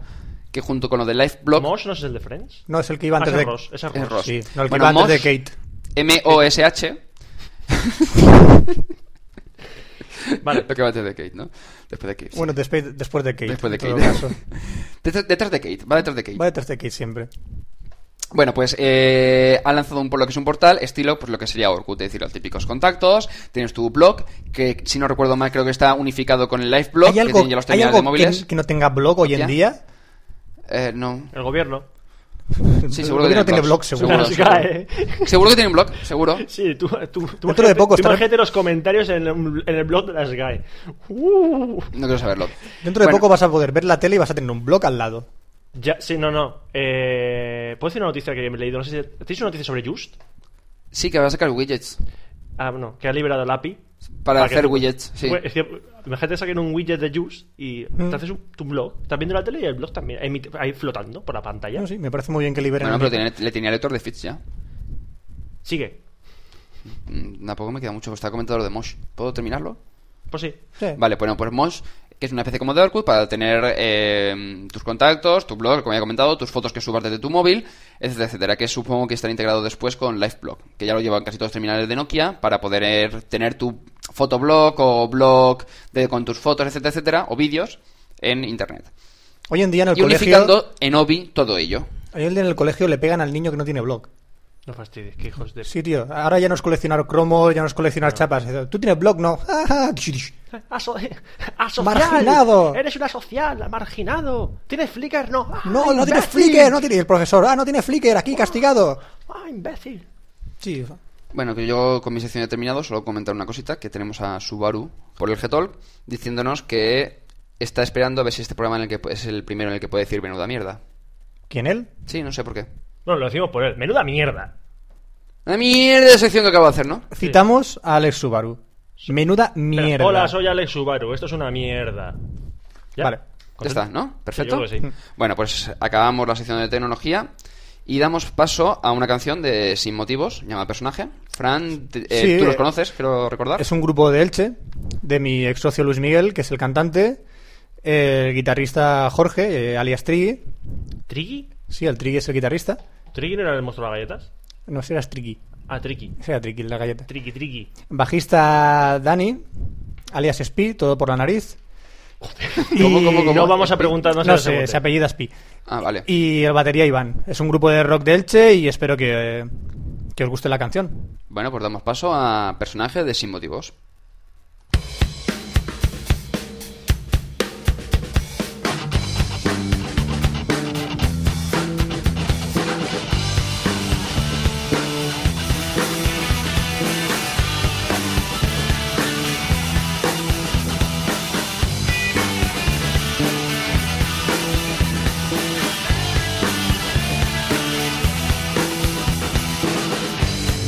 G: que junto con lo de LifeBlog,
H: Mosh no es el de Friends.
F: No, es el que iba
H: Ah,
F: antes
H: ese
F: de.
H: es Ross, ese es
G: es Ross.
F: Sí, no, el que
G: Bueno,
F: iba antes
G: Mosh,
F: de Kate.
G: M-O-S-H,
H: Vale.
G: lo que va antes de Kate, ¿no? Después de Kate. sí.
F: Bueno, despe- después de Kate.
G: Después de
F: en todo
G: Kate.
F: caso.
G: Detrás, detrás de Kate, va detrás de Kate.
F: Va detrás de Kate siempre.
G: Bueno, pues eh, ha lanzado un, por lo que es un portal estilo pues lo que sería Orkut, es decir, los típicos contactos, tienes tu blog, que si no recuerdo mal creo que está unificado con el LifeBlog,
F: ¿Hay
G: que
F: algo,
G: tienen ya los
F: ¿hay
G: terminales de
F: algo
G: móviles.
F: que, que no tenga blog hoy en
G: Hostia.
F: día?
G: Eh, no.
H: El gobierno.
G: Sí,
F: El gobierno
G: seguro que tienen
F: tiene
G: blogs.
F: blog, seguro.
H: Nos cae.
G: Seguro que tiene un blog, seguro.
H: Sí, tú, tú, tú
F: Dentro de
H: imagínate-
F: poco
H: tú
F: estará-
H: imagínate los comentarios en el, en el blog de las GAE. Uh.
G: No quiero saberlo.
F: Dentro de
G: Bueno,
F: poco vas a poder ver la tele y vas a tener un blog al lado.
H: Ya, sí, no, no. Eh, ¿Puedo decir una noticia que me he leído? No sé si, ¿Tienes una noticia sobre Just?
G: Sí, que va a sacar widgets.
H: Ah, no, que ha liberado el API.
G: Para
H: que
G: hacer
H: tú-
G: widgets, sí.
H: Pues, es que, imagínate saquen un widget de Just y
F: Mm.
H: te haces un- tu blog. Estás viendo la tele y el blog también. Ahí, mit- ahí flotando por la pantalla.
F: No, sí, me parece muy bien que liberen.
G: Bueno,
F: el
G: pero
F: blog.
G: tiene- le tenía lector de feeds ya.
H: Sigue.
G: Mm, Tampoco me queda mucho, está comentado lo de Mosh. ¿Puedo terminarlo?
H: Pues sí.
F: Sí.
G: Vale, bueno, pues Mosh, que es una especie como de Orkut para tener eh, tus contactos, tu blog, como ya he comentado, tus fotos que subas desde tu móvil, etcétera, etcétera, que supongo que estará integrado después con LifeBlog, que ya lo llevan casi todos los terminales de Nokia para poder tener tu fotoblog o blog de, con tus fotos, etcétera, etcétera, o vídeos en internet.
F: Hoy en día en el
G: Y
F: colegio.
G: unificando en OBI todo ello.
F: Hoy en día en el colegio le pegan al niño que no tiene blog.
H: No fastidies, que hijos de.
F: Sí, tío. Ahora ya no es coleccionar cromo, ya no es coleccionar chapas. ¿Tú tienes blog? No. Ah,
H: Aso- ¡Asocial!
F: Marginado.
H: ¡Eres una social! ¡Marginado! ¿Tienes Flickr? No. ¡Ah,
F: No, no tienes
H: imbécil!
F: flicker. No tienes el profesor. Ah, no tienes flicker. Aquí castigado.
H: ¡Ah, imbécil!
F: Sí.
G: Bueno, que yo con mi sección de terminado solo comentar una cosita, que tenemos a Subaru por el Getol diciéndonos que está esperando a ver si este programa en el que pu- es el primero en el que puede decir menuda mierda.
F: ¿Quién él?
G: Sí, no sé por qué.
H: No, lo decimos por él. Menuda mierda.
G: La mierda de sección que acabo de hacer, ¿no?
F: Citamos a Alex Subaru. Menuda
H: Espera,
F: mierda.
H: Hola, soy Alex Subaru. Esto es una mierda. ¿Ya?
F: Vale.
G: Ya está, ¿no? Perfecto.
H: Sí, yo creo que sí.
G: Bueno, pues acabamos la sección de tecnología y damos paso a una canción de Sin Motivos, llama Personaje. Fran, te- eh,
F: Sí,
G: tú los
F: eh,
G: conoces, quiero recordar.
F: Es un grupo de Elche, de mi ex socio Luis Miguel, que es el cantante, el guitarrista Jorge, eh, alias Trigui.
H: ¿Triggy?
F: Sí, el Trigui es el guitarrista.
H: ¿Triggy no era el monstruo de las galletas?
F: No, ese era Trigui.
H: Ah, Triggy.
F: Ese era Trigui, la galleta.
H: Triggy, Triggy.
F: Bajista Dani, alias Spi, todo por la nariz.
H: ¿Cómo, cómo, cómo?
G: No
H: No vamos a preguntarnos
F: No
H: el
F: sé,
H: segundo.
F: se apellida Spi.
G: Ah, vale.
F: Y el batería Iván. Es un grupo de rock de Elche y espero que, eh, que os guste la canción.
G: Bueno, pues damos paso a personaje de Sin Motivos.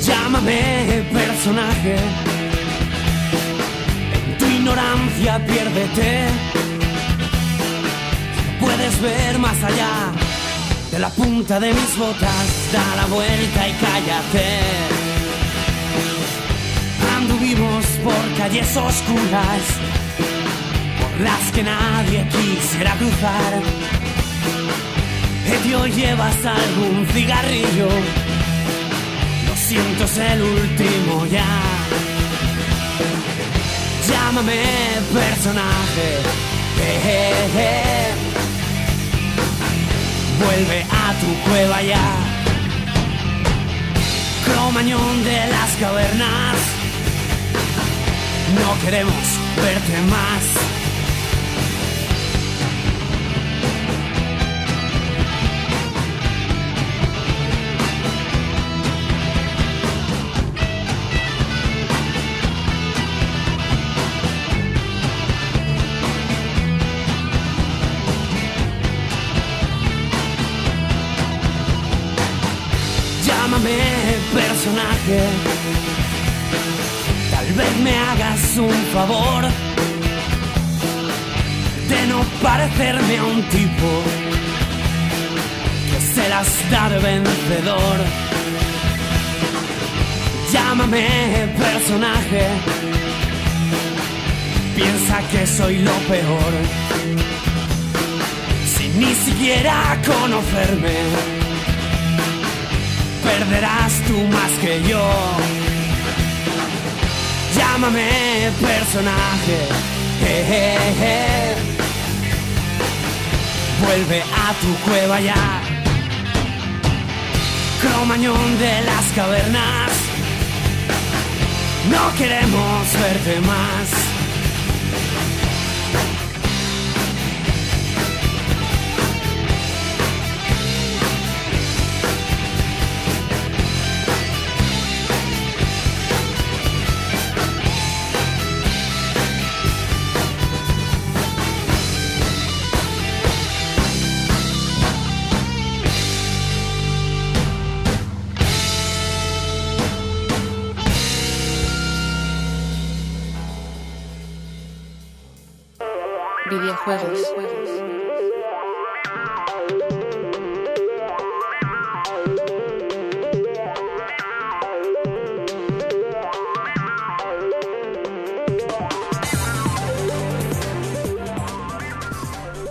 J: Llámame personaje. En tu ignorancia piérdete. Puedes ver más allá de la punta de mis botas. Da la vuelta y cállate. Anduvimos por calles oscuras, por las que nadie quisiera cruzar. Que hoy llevas algún cigarrillo. Lo siento, es el último ya. Llámame personaje. eh, eh, eh. Vuelve a tu cueva ya. Cromañón de las cavernas. No queremos verte más. Llámame personaje. Tal vez me hagas un favor de no parecerme a un tipo que se las da de vencedor. Llámame personaje. Piensa que soy lo peor. Sin ni siquiera conocerme perderás tú más que yo. Llámame personaje. eh, eh, eh. Vuelve a tu cueva ya. Cromañón de las cavernas. No queremos verte más.
E: Videojuegos.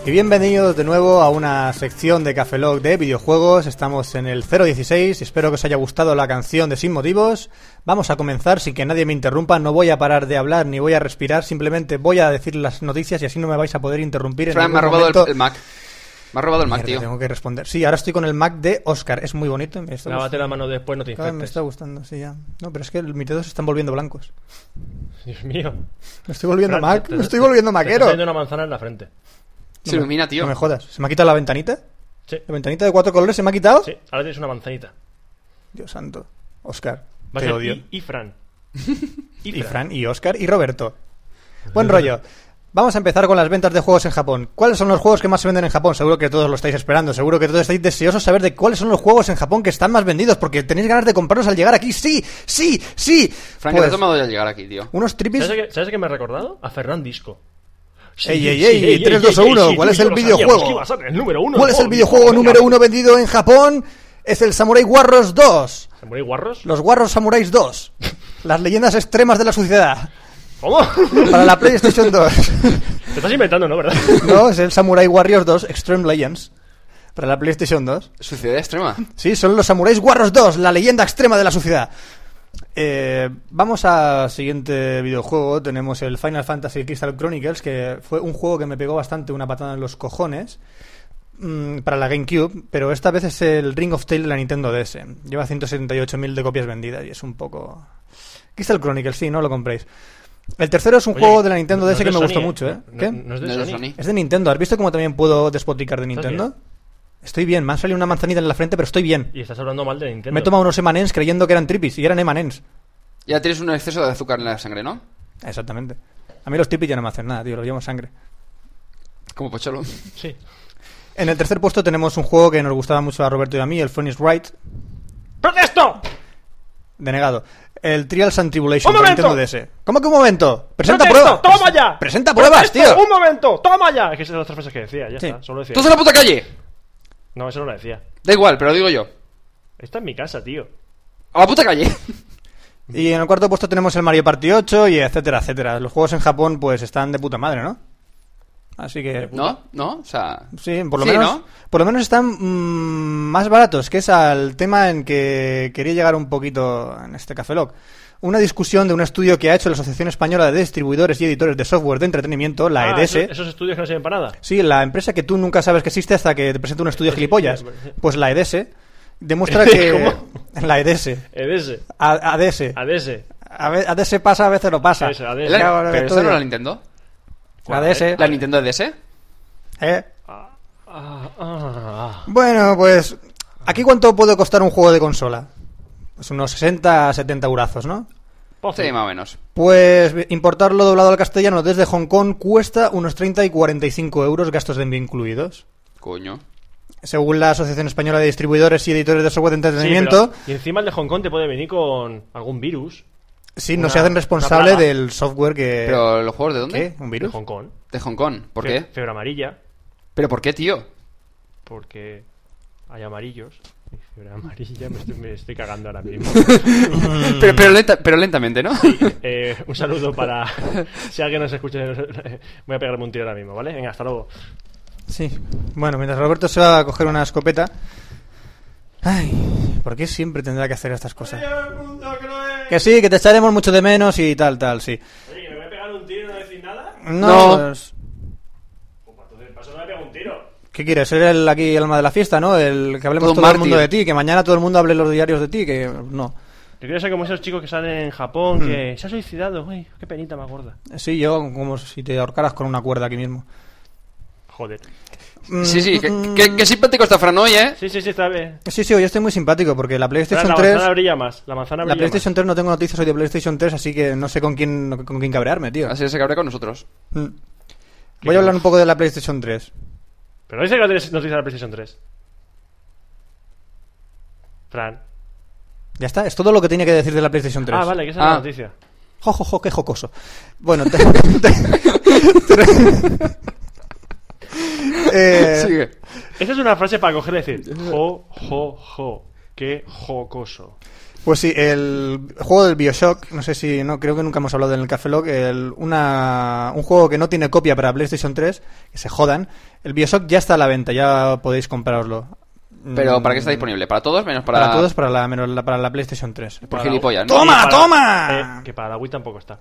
F: Y bienvenidos de nuevo a una sección de Café Lock de videojuegos. Estamos en el 016. Espero que os haya gustado la canción de Sin Motivos. Vamos a comenzar sin que nadie me interrumpa. No voy a parar de hablar ni voy a respirar. Simplemente voy a decir las noticias y así no me vais a poder interrumpir. En
G: Fran, me ha
F: ningún
G: robado el,
F: momento.
G: el Mac. Me ha robado el Mac,
F: Mierda,
G: tío.
F: Tengo que responder. Sí, ahora estoy con el Mac de Oscar. Es muy bonito. Me está
H: Lávate la mano después, no te
F: gustando. Ah, me
H: infectes.
F: está gustando, sí, ya. No, pero es que el- mis dedos se están volviendo blancos.
H: Dios mío.
F: Me estoy volviendo
H: Fran,
F: Mac.
H: te-
F: Me estoy volviendo
H: te-
F: maquero.
H: Te está una manzana en la frente.
G: Se ilumina, tío.
F: No me jodas. ¿Se me ha quitado la ventanita?
H: Sí,
F: ¿La ventanita de cuatro colores se me ha quitado?
H: sí. Ahora tienes una manzanita.
F: Dios santo. Oscar.
H: Va a
F: te
H: ser
F: odio.
H: Y, y Fran.
F: Y Fran, y Oscar, y Roberto.
H: Pues
F: Buen rollo. Vamos a empezar con las ventas de juegos en Japón. ¿Cuáles son los juegos que más se venden en Japón? Seguro que todos lo estáis esperando, seguro que todos estáis deseosos saber de cuáles son los juegos en Japón que están más vendidos, porque tenéis ganas de comprarlos al llegar aquí. ¡Sí! ¡Sí! ¡Sí!
G: Frank,
F: Pues,
G: te ha tomado ya llegar aquí, tío.
F: unos tripis...
H: ¿Sabes a qué- ¿Sabes a qué me ha recordado? A Ferran Disco. Sí,
F: Ey,
H: sí,
F: ey,
H: sí,
F: ey, 3, 2,
H: ey,
F: 1,
H: sí,
F: ¿cuál
H: tú
F: es
H: y yo
F: el
H: lo
F: videojuego?
H: sabíamos que iba a ser el número uno,
F: ¿Cuál es
H: joder,
F: el videojuego
H: venga.
F: número uno vendido en Japón? Es el Samurai Warriors 2.
H: ¿Samurai Warros?
F: Los Warriors Samurais 2. Las leyendas extremas de la suciedad.
H: ¿Cómo?
F: Para la PlayStation 2.
H: Te estás inventando, ¿no? ¿Verdad?
F: No, es el Samurai Warriors 2 Extreme Legends. Para la PlayStation 2.
G: Suciedad extrema.
F: Sí, son los Samurais Warriors 2, la leyenda extrema de la suciedad. Eh, vamos al siguiente videojuego. Tenemos el Final Fantasy Crystal Chronicles, que fue un juego que me pegó bastante una patada en los cojones mm, para la GameCube, pero esta vez es el Ring of Tale de la Nintendo DS. Lleva 178.000 de copias vendidas y es un poco... Crystal Chronicles, sí, no lo compréis. El tercero es un
H: Oye,
F: juego de la Nintendo
H: no
F: DS
H: es de
F: que me
H: Sony,
F: gustó
H: ¿eh?
F: mucho, ¿eh?
H: No-
F: ¿Qué?
H: No es de
G: No es de
H: Sony.
G: Sony.
F: Es de Nintendo. ¿Has visto cómo también puedo despotricar de
H: ¿Estás
F: Nintendo?
H: bien?
F: Estoy bien, me han salido una manzanita en la frente, pero estoy bien.
H: Y estás hablando mal de Nintendo.
F: Me he tomado unos emanens creyendo que eran tripis y eran emanens.
G: Ya tienes un exceso de azúcar en la sangre, ¿no?
F: Exactamente. A mí los tripis ya no me hacen nada, tío, los llevo en sangre.
G: Como pocholo.
H: Sí.
F: En el tercer puesto tenemos un juego que nos gustaba mucho a Roberto y a mí, el Funny Right,
H: ¡Protesto!
F: denegado. El Trials and Tribulation
H: ¡Un
F: para
H: momento!
F: Nintendo DS. ¿Cómo que un momento? Presenta
H: ¡Protesto!
F: pruebas.
H: ¡Toma ya!
F: Presenta pruebas,
H: ¡Protesto!
F: tío.
H: ¡Un momento! ¡Toma ya! Es que esas son las tres frases que decía, ya
F: Sí.
H: está. Solo decía.
G: ¡Tú a la puta calle!
H: No, eso no lo decía.
G: Da igual, pero lo digo yo.
H: Esta es mi casa, tío.
G: ¡A la puta calle!
F: Y en el cuarto puesto tenemos el Mario Party 8 y etcétera, etcétera. Los juegos en Japón pues están de puta madre, ¿no? Así que
G: ¿No? ¿No? O sea.
F: Sí, por lo menos.
G: ¿no?
F: Por lo menos están mm, más baratos, que es al tema en que quería llegar un poquito en este Café Lock. Una discusión de un estudio que ha hecho la Asociación Española de Distribuidores y Editores de Software de Entretenimiento, la
H: Ah,
F: EDS.
H: eso- esos estudios que no sirven para nada.
F: Sí, la empresa que tú nunca sabes que existe hasta que te presenta un estudio gilipollas. Pues la EDS demuestra que.
H: ¿Cómo?
F: La EDS.
H: EDS.
F: A- ADS.
H: ADS.
F: A ve- ADS pasa, a veces no pasa.
H: Sí, sí, ADS.
G: El-
F: Me cago en el
G: ¿Pero esa
F: estudio.
G: no era la Nintendo?
F: ADS.
G: ¿La Nintendo DS?
F: E ¿Eh?
H: Ah, ah, ah.
F: Bueno, pues. ¿Aquí cuánto puede costar un juego de consola? Pues unos 60, 70 eurazos, ¿no?
H: Pozo.
G: Sí, más o menos.
F: Pues importarlo doblado al castellano desde Hong Kong cuesta unos 30 y 45 euros, gastos de envío incluidos.
G: Coño.
F: Eh, Según la Asociación Española de Distribuidores y Editores de Software de
H: Sí,
F: Entretenimiento,
H: pero- y encima el de Hong Kong te puede venir con algún virus.
F: sí, no
H: una-
F: se hacen responsable
H: una plaga.
F: del software que...
G: ¿Pero los juegos de dónde?
F: ¿Qué? ¿Un virus?
H: De Hong Kong.
G: De Hong Kong. ¿Por
H: Fe-
G: qué?
H: Fiebre amarilla.
G: ¿Pero por qué, tío?
H: Porque hay amarillos. Y Fiebre amarilla, me estoy, me estoy cagando ahora mismo.
F: Mm.
G: Pero, pero, lenta- pero lentamente, ¿no?
H: Eh, un saludo para. Si alguien nos escucha, nos- voy a pegarme un tiro ahora mismo, ¿vale? Venga, hasta luego.
F: Sí. Bueno, mientras Roberto se va a coger una escopeta... Ay, ¿por qué siempre tendrá que hacer estas cosas? Que sí, que te echaremos mucho de menos y tal, tal, sí.
H: Oye, que me voy a pegar un tiro y no decir nada.
F: No.
G: No.
F: pues,
H: Pues entonces, paso, no me pego un tiro.
F: ¿Qué quieres? Ser el aquí el alma de la fiesta, ¿no? El que hablemos
G: Todo
F: todo, el
G: mártir.
F: mundo de ti, que mañana todo el mundo hable en los diarios de ti, que no.
H: Yo quiero ser como esos chicos que salen en Japón que se ha suicidado. Uy, qué penita más gorda.
F: Sí, yo como si te ahorcaras con una cuerda aquí mismo.
H: Joder.
F: Mm,
G: Sí, sí. que-
F: mm,
G: que- Qué simpático está Fran hoy, ¿eh?
H: Sí, sí, sí, está bien.
F: Sí, sí, hoy estoy muy simpático porque la
H: Ahora
F: PlayStation
H: la
F: 3...
H: manzana brilla más. La manzana
F: La
H: brilla
F: PlayStation 3 no tengo noticias hoy de PlayStation 3, así que no sé con quién, no- con quién cabrearme, tío.
G: Así se cabrea con nosotros.
F: Mm. Voy a hablar un poco de la PlayStation 3.
H: más. Pero dice que no tienes noticias de la PlayStation 3. Fran.
F: Ya está, es todo lo que tenía que decir de la PlayStation 3.
H: Ah, vale, que esa es la
G: Ah.
H: noticia.
F: Jo, jo, jo, qué jocoso. Bueno, te- te- Eh,
G: Sigue.
H: Esa es una frase para coger y decir: Jo, jo, jo. Qué jocoso.
F: Pues sí, el juego del Bioshock, no sé si, no creo que nunca hemos hablado en el Café Lock, el- una, un juego que no tiene copia para PlayStation 3, que se jodan. El Bioshock ya está a la venta, ya podéis comprarlo.
G: Pero
F: Mm,
G: ¿para qué está disponible? ¿Para todos menos para,
F: Para, todos, para la, menos la- para la PlayStation 3.
G: Por
H: Para-
G: gilipollas, ¿no?
F: ¡Toma,
H: Y para-
F: toma!
H: eh, que para la Wii tampoco está.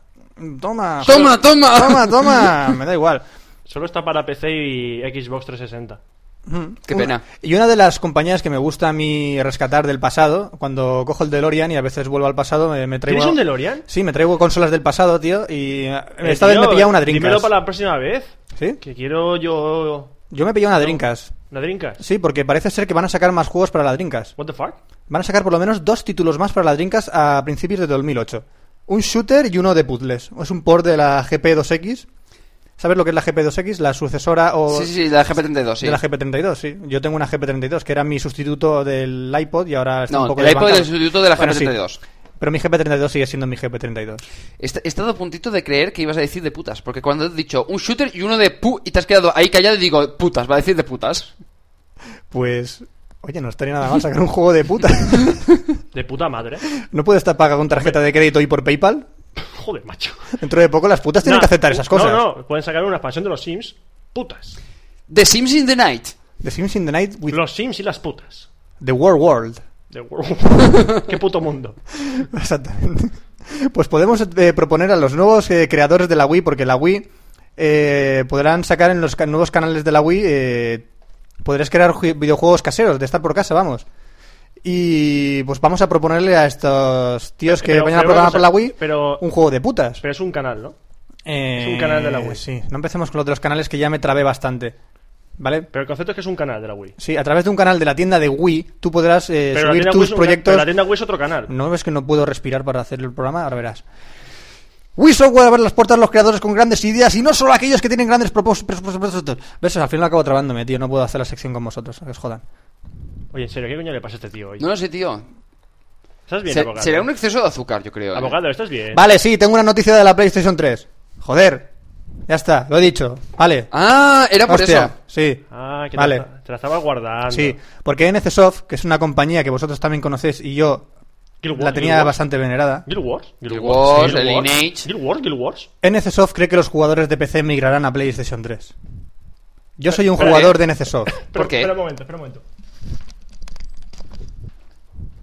F: Toma,
G: ¡Toma, toma!
F: toma, toma, me da igual.
H: Solo está para PC y Xbox 360.
F: Mm.
G: Qué
F: Una-
G: pena.
F: Y una de las compañías que me gusta a mí rescatar del pasado, cuando cojo el DeLorean y a veces vuelvo al pasado, me, me traigo...
H: ¿Tienes un DeLorean?
F: Sí, me traigo consolas del pasado, tío, y eh,
H: Eh,
F: esta vez
H: tío,
F: me pillaba una Dreamcast.
H: Dímelo para la próxima vez.
F: ¿Sí?
H: Que quiero yo.
F: Yo me pillé una Dreamcast.
H: ¿Una Dreamcast?
F: Sí, porque parece ser que van a sacar más juegos para la Dreamcast.
H: ¿What the fuck?
F: Van a sacar por lo menos dos títulos más para la Dreamcast a principios de 2008. Un shooter y uno de puzzles. Es un port de la GP2X. ¿Sabes lo que es la GP2X? La sucesora o
G: Sí, sí, sí, la GP32, sí.
F: de la GP32, sí. Yo tengo una GP32 que era mi sustituto del iPod y ahora está un
G: no,
F: poco
G: el iPod es
F: desbancado.
G: el sustituto de la
F: Bueno, sí.
G: GP32.
F: Pero mi GP32 sigue siendo mi GP32.
G: Est- He estado a puntito de creer que ibas a decir de putas, porque cuando he dicho un shooter y uno de pu y te has quedado ahí callado y digo, putas, va a decir de putas.
F: Pues, oye, no estaría nada mal sacar un juego de puta.
H: De puta madre.
F: ¿No puede estar paga con tarjeta de crédito y por PayPal?
H: Joder, macho.
F: Dentro de poco las putas tienen
H: Nah,
F: que aceptar esas cosas.
H: No, no. Pueden sacar una expansión de los Sims. Putas.
G: The Sims in the Night.
F: The Sims in the Night with
H: Los Sims y las putas.
F: the World World.
H: The world. Qué puto mundo.
F: Exactamente. Pues podemos eh, proponer a los nuevos eh, creadores de la Wii, porque la Wii eh, podrán sacar en los ca- nuevos canales de la Wii, eh, podrás crear ju- videojuegos caseros, de estar por casa, vamos. Y pues vamos a proponerle a estos tíos que
H: Pero-
F: vayan a
H: pero
F: programar
H: vamos a-
F: por la Wii
H: pero-
F: un juego de putas.
H: Pero es un canal, ¿no?
F: Eh,
H: es un canal de la Wii.
F: Sí, no empecemos con los de los canales que ya me trabé bastante. ¿Vale?
H: Pero el concepto es que es un canal de la Wii.
F: Sí, a través de un canal de la tienda de Wii, tú podrás eh,
H: Pero la
F: subir
H: tienda Wii es
F: tus
H: un ca-
F: proyectos. Mm.
H: pero la tienda Wii es otro canal.
F: No ves que no puedo respirar para hacer el programa, ahora verás. Wii Software abre las puertas a los creadores con grandes ideas y no solo a aquellos que tienen grandes propós- pres- pres- propósitos. Ves, al final acabo trabándome, tío. No puedo hacer la sección con vosotros, que os jodan.
H: Oye, en serio, ¿qué coño le pasa a este tío hoy?
G: No lo sé, tío.
H: ¿Estás bien,
G: Se-
H: abogado?
G: será un exceso de azúcar, yo creo. ¿eh?
H: Abogado, ¿estás bien?
F: Vale, sí, tengo una noticia de la PlayStation 3. Joder, ya está, lo he dicho. Vale.
G: Ah, era por
F: Hostia,
G: eso.
F: Sí.
H: Ah, que te
F: vale.
H: la- te, la estaba guardando.
F: Sí, porque NCSoft, que es una compañía que vosotros también conocéis y yo
H: Guild Wars,
F: la tenía
H: Guild Wars.
F: bastante venerada.
H: Guild Wars.
G: Guild Wars,
H: sí, Guild
G: el
H: Wars.
G: Lineage.
H: Guild Wars, Guild Wars.
F: NCSoft cree que los jugadores de PC migrarán a PlayStation 3. Yo soy un
H: Espera,
F: jugador
H: ¿eh?
F: de NCSoft.
H: Pero-
G: qué?
H: Espera un momento, espera un momento.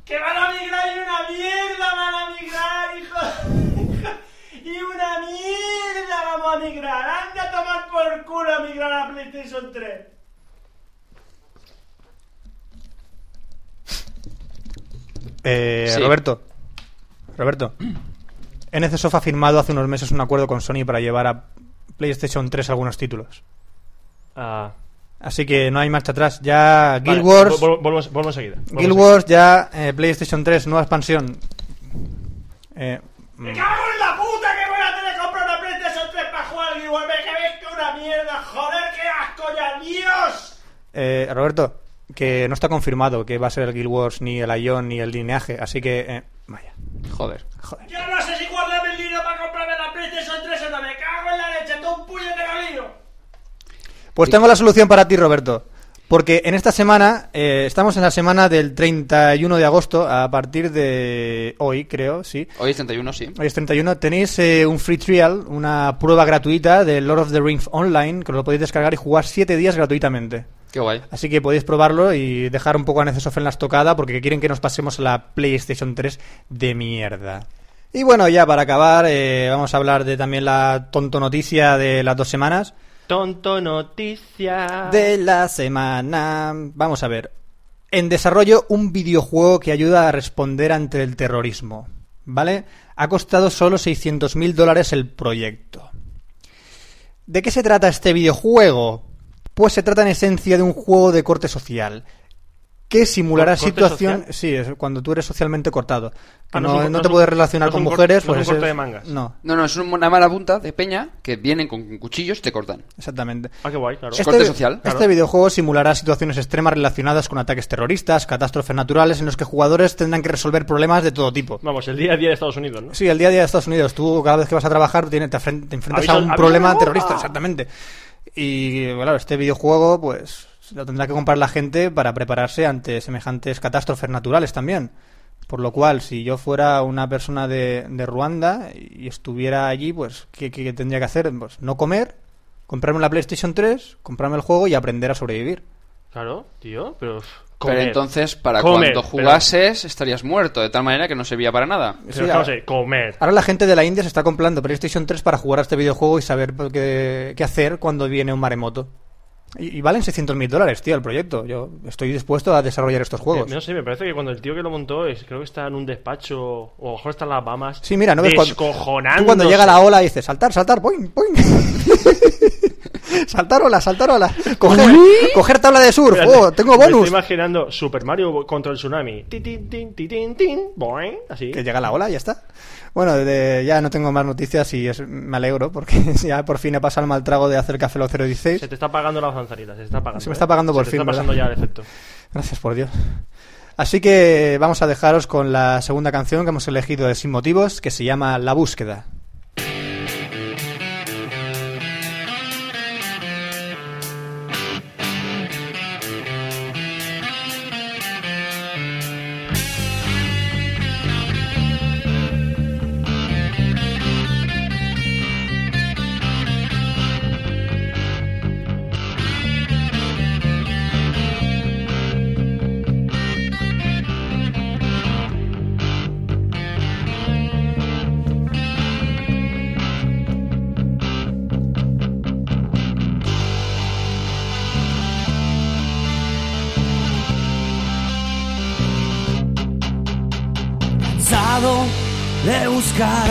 K: ¡Que van a migrar y una mierda van a migrar, hijo! ¡Y una mierda vamos a migrar! ¡Anda a tomar por culo a migrar a PlayStation 3!
F: Eh,
G: Sí.
F: Roberto. Roberto. NCSoft ha firmado hace unos meses un acuerdo con Sony para llevar a PlayStation 3 algunos títulos.
H: Ah,
F: Así que no hay marcha atrás. Ya Guild
H: vale,
F: Wars,
H: vol- vol- Volvemos volvemos enseguida. volvemos
F: Guild
H: enseguida.
F: Wars ya eh, PlayStation 3, nueva expansión. Eh,
K: ¡Me cago en la puta que voy a tener que comprar una PlayStation 3 para jugar al Game ¡Me cabéis que una mierda! ¡Joder, qué asco ya, Dios!
F: eh, Roberto, que no está confirmado que va a ser el Guild Wars ni el Ion ni el lineaje. Así que, eh, vaya.
G: Joder.
F: Joder.
K: Yo no sé si guardarme el dinero para comprarme la PlayStation 3 o no. ¡Me cago en la leche! ¡Tú un puñetero lío!
F: Pues tengo la solución para ti, Roberto. Porque en esta semana, eh, estamos en la semana del 31 de agosto, a partir de hoy, creo, sí.
G: Hoy es 31, sí.
F: Hoy es 31. Tenéis eh, un free trial, una prueba gratuita de Lord of the Rings Online, que lo podéis descargar y jugar 7 días gratuitamente.
G: Qué guay.
F: Así que podéis probarlo y dejar un poco a Necesof en la estocada porque quieren que nos pasemos a la PlayStation 3 de mierda. Y bueno, ya para acabar, eh, vamos a hablar de también la tonto noticia de las dos semanas.
H: Tonto noticia.
F: de la semana. Vamos a ver. En desarrollo, un videojuego que ayuda a responder ante el terrorismo. ¿Vale? Ha costado solo 600.000 dólares el proyecto. ¿De qué se trata este videojuego? Pues se trata en esencia de un juego de corte social. Que simulará
H: ¿Corte
F: situación.
H: social?
F: Sí, es cuando tú eres socialmente cortado. Que
H: Ah,
F: no,
H: no es un cor-
F: no
H: no
F: te
H: es un-
F: puedes relacionar
H: no es
F: con
H: un cor-
F: mujeres.
H: no es
F: pues
H: un
F: ese
H: corte de mangas.
F: No,
G: No, no, es una mala punta de peña que vienen con cuchillos y te cortan.
F: exactamente.
H: Ah, qué guay, claro.
G: Es- corte social,
F: este
G: claro.
F: videojuego simulará situaciones extremas relacionadas con ataques terroristas, catástrofes naturales, en los que jugadores tendrán que resolver problemas de todo tipo.
H: Vamos, el día a día de Estados Unidos, ¿no?
F: Sí, el día a día de Estados Unidos, tú cada vez que vas a trabajar tiene- te, afren- te enfrentas
H: Avisa-
F: a un
H: avisa
F: problema
H: de bomba.
F: terrorista, exactamente. Y claro, este videojuego, pues lo tendrá que comprar la gente para prepararse ante semejantes catástrofes naturales también. Por lo cual, si yo fuera una persona de, de Ruanda y estuviera allí, pues, ¿qué, qué tendría que hacer? Pues no comer, comprarme la PlayStation 3, comprarme el juego y aprender a sobrevivir.
H: Claro, tío, pero. pff,
G: Pero
H: comer.
G: entonces, para
H: Comer,
G: cuando
H: pero-
G: jugases, estarías muerto, de tal manera que no servía para nada.
H: pero
F: Sí,
H: es que
F: ahora-
H: no sé, comer.
F: Ahora la gente de la India se está comprando PlayStation 3 para jugar a este videojuego y saber por qué, qué hacer cuando viene un maremoto. Y, y valen 600 mil dólares, tío, el proyecto. Yo estoy dispuesto a desarrollar estos
H: Eh, No
F: juegos.
H: sé, me parece que cuando el tío que lo montó, es, creo que está en un despacho, o a lo mejor está en las Bahamas.
F: Sí, mira, ¿no ves cuando,
H: Descojonándose.
F: tú cuando llega la ola dices, saltar, saltar, poing, poing. saltar ola, saltar ola. Coger, coger tabla de surf,
H: Espérate,
F: oh, tengo
H: Me
F: bonus.
H: estoy imaginando Super Mario contra el tsunami. Ti, ti, ti, ti, ti, ti, boing, así.
F: Que llega la ola, ya está. Bueno, de- ya no tengo más noticias y es, me alegro porque ya por fin he pasado el mal trago de hacer Café Lock 016.
H: Se te está pagando la zanzarita, se te está pagando.
F: Se me
H: ¿eh?
F: está pagando por
H: se
F: fin,
H: Te está pasando
F: ¿verdad?
H: ya el efecto.
F: Gracias por Dios. Así que vamos a dejaros con la segunda canción que hemos elegido de Sin Motivos, que se llama La Búsqueda.
J: Yo de buscar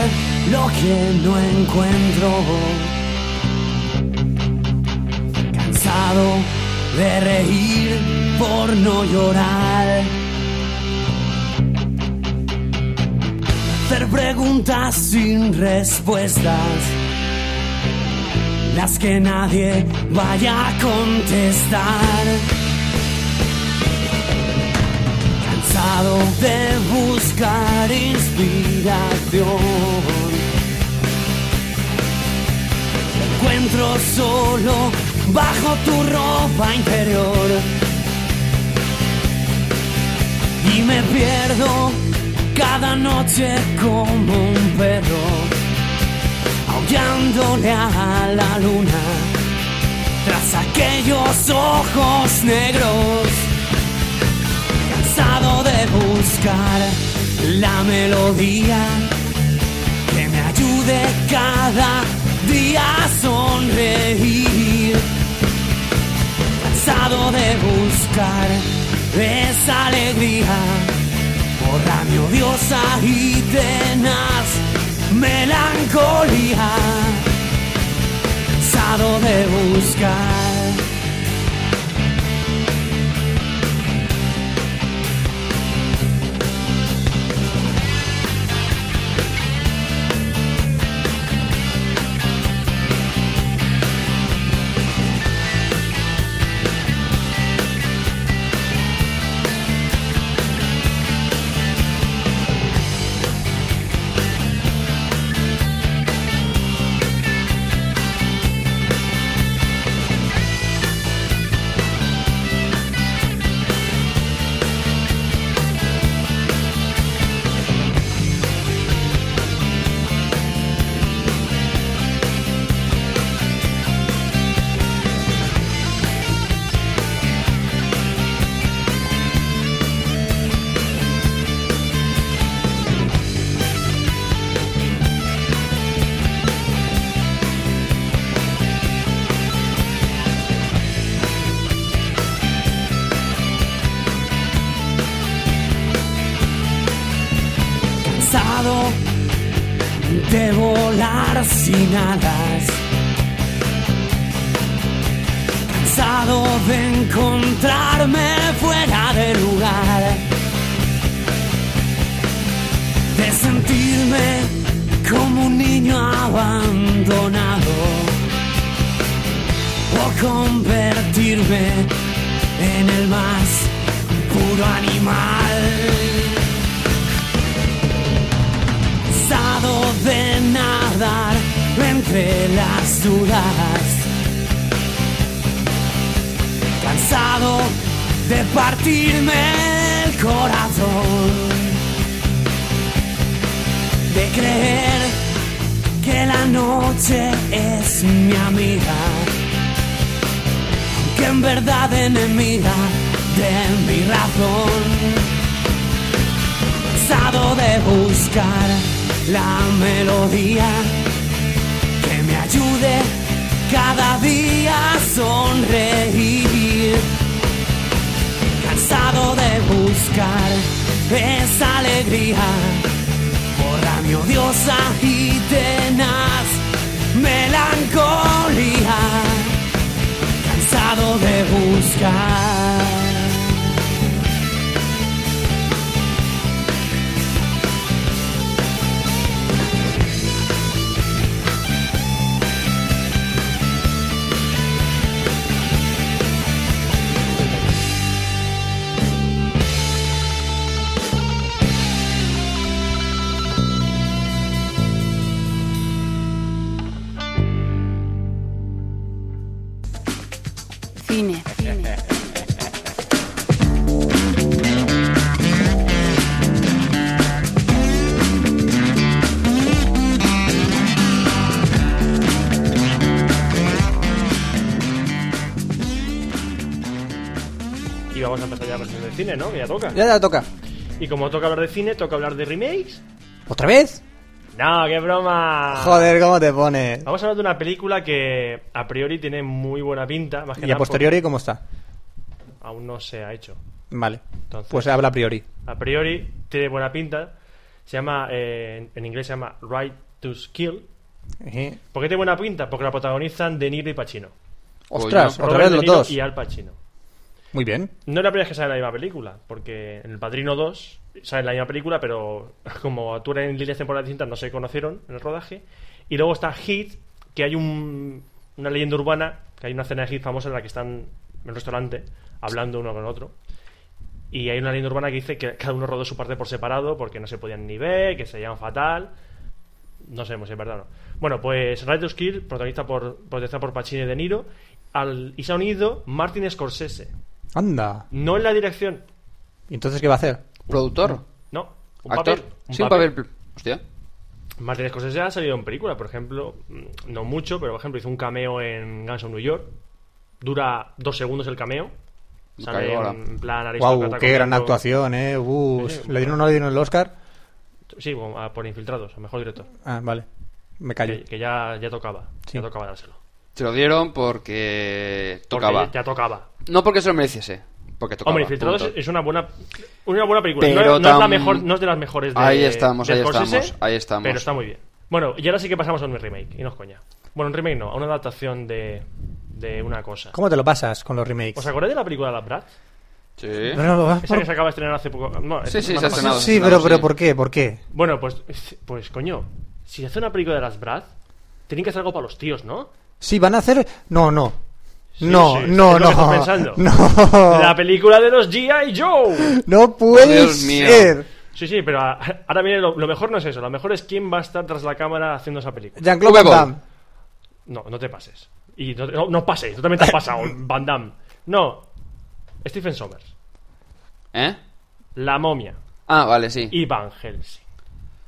J: lo que no encuentro. Cansado de reír por no llorar. Hacer preguntas sin respuestas. Las que nadie vaya a contestar. cansado de buscar inspiración. Te encuentro solo bajo tu ropa interior y me pierdo cada noche como un perro, aullándole a la luna tras aquellos ojos negros cansado de buscar la melodía que me ayude cada día a sonreír. Cansado de buscar esa alegría por rabia odiosa y tenaz melancolía. Cansado de buscar. cansado de volar sin alas. Cansado de encontrarme fuera de lugar. De sentirme como un niño abandonado. O convertirme en el más puro animal cansado de nadar entre las dudas. Cansado de partirme el corazón. De creer que la noche es mi amiga. Que en verdad enemiga de mi razón. Cansado de buscar la melodía que me ayude cada día a sonreír. Cansado de buscar esa alegría, borra mi odiosa y tenaz melancolía. Cansado de buscar.
E: Cine.
H: Y vamos a empezar ya con el cine, ¿no? Que ya toca.
F: Ya te toca.
H: Y como toca hablar de cine, toca hablar de remakes.
F: ¿Otra vez?
H: No, qué broma.
F: Joder, ¿cómo te pones?
H: Vamos a hablar de una película que a priori tiene muy buena pinta. Más que
F: Y a
H: nada
F: posteriori, ¿cómo está?
H: porque Aún no se ha hecho.
F: Vale.
H: Entonces-
F: Pues habla a priori.
H: A priori tiene buena pinta. Se llama, eh, en inglés se llama Right to Skill. ¿Por qué tiene buena pinta? Porque la protagonizan De Niro y Pacino.
G: Pues
F: Ostras,
H: Robert
F: otra vez
H: De
F: los
H: Niro
F: dos.
H: Y Al Pacino.
F: Muy bien.
H: No es la primera vez que sale en la misma película, porque en El Padrino 2 sale en la misma película, pero como actúan en líneas temporales distintas no se conocieron en el rodaje. Y luego está Heat, que hay un- una leyenda urbana, que hay una escena de Heat famosa en la que están en el restaurante hablando uno con otro. Y hay una leyenda urbana que dice que cada uno rodó su parte por separado porque no se podían ni ver, que se llevan fatal. No sabemos si es verdad o no. Bueno, pues Radio Skill, protagonista por, protagonizada por Pacino y De Niro, al, y se ha unido Martin Scorsese.
F: Anda.
H: No en la dirección,
F: ¿Y entonces qué va a hacer?
G: ¿Productor?
H: no. Un
G: ¿Actor?
H: papel. Un
G: sí, un
H: papel.
G: papel. Hostia.
H: Martin Scorsese ha salido en película, por ejemplo, mm, no mucho, pero por ejemplo hizo un cameo en Guns of New York. Dura dos segundos el cameo. Sale
G: Cagola.
H: en plan
F: Guau,
H: aristócrata
F: qué gran
H: cogiendo-
F: actuación, ¿eh? Uh,
H: Sí, sí,
F: ¿Le dieron o no le dieron el Oscar?
H: Sí, bueno, a- por infiltrados, a mejor director.
F: Ah, vale. Me callo.
H: Que, que ya, ya tocaba.
F: Sí.
H: Ya tocaba dárselo.
G: Se lo dieron porque
H: Porque
G: tocaba.
H: ya tocaba.
G: No porque se lo mereciese. Porque tocaba.
H: Hombre, Infiltrados
G: punto.
H: es una buena, una buena película.
G: Pero
H: no, no es la
G: tam-
H: mejor, no es de las mejores de
G: Ahí estamos,
H: de
G: ahí
H: Scorsese,
G: estamos, ahí estamos.
H: Pero está muy bien. Bueno, y ahora sí que pasamos a un remake, y no es coña. Bueno, un remake no, a una adaptación de, de una cosa.
F: ¿Cómo te lo pasas con los remakes?
H: ¿Os acordáis de la película de las Brat?
G: Sí.
H: ¿Eh?
F: No, no, va-
H: Esa que se acaba de estrenar hace poco. No,
G: Sí,
H: es-
G: sí,
H: no,
G: se ha
H: no,
F: Sí,
G: estrenado.
F: sí,
G: no,
F: pero,
G: sí.
F: pero ¿por qué? ¿Por qué?
H: Bueno, pues, pues coño, si se hace una película de las Brad, tienen que hacer algo para los tíos, ¿no?
F: Sí, van a hacer... No, no.
H: Sí,
F: no,
H: sí, es
F: no,
H: lo que
F: no.
H: estoy pensando.
F: No.
H: La película de los G.I. Joe.
F: No puede
G: Pues, Dios mío.
F: ser.
H: Sí, sí, pero a- ahora viene lo, lo mejor no es eso, lo mejor es quién va a estar tras la cámara haciendo esa película.
F: Jean-Claude Van
G: Hugo.
F: Damme.
H: No, no te pases. Y no, no, no pases, tú también te has pasado, Van Damme. No, Stephen Sommers,
G: ¿Eh?
H: La Momia
G: Ah, vale, sí.
H: y Van Helsing.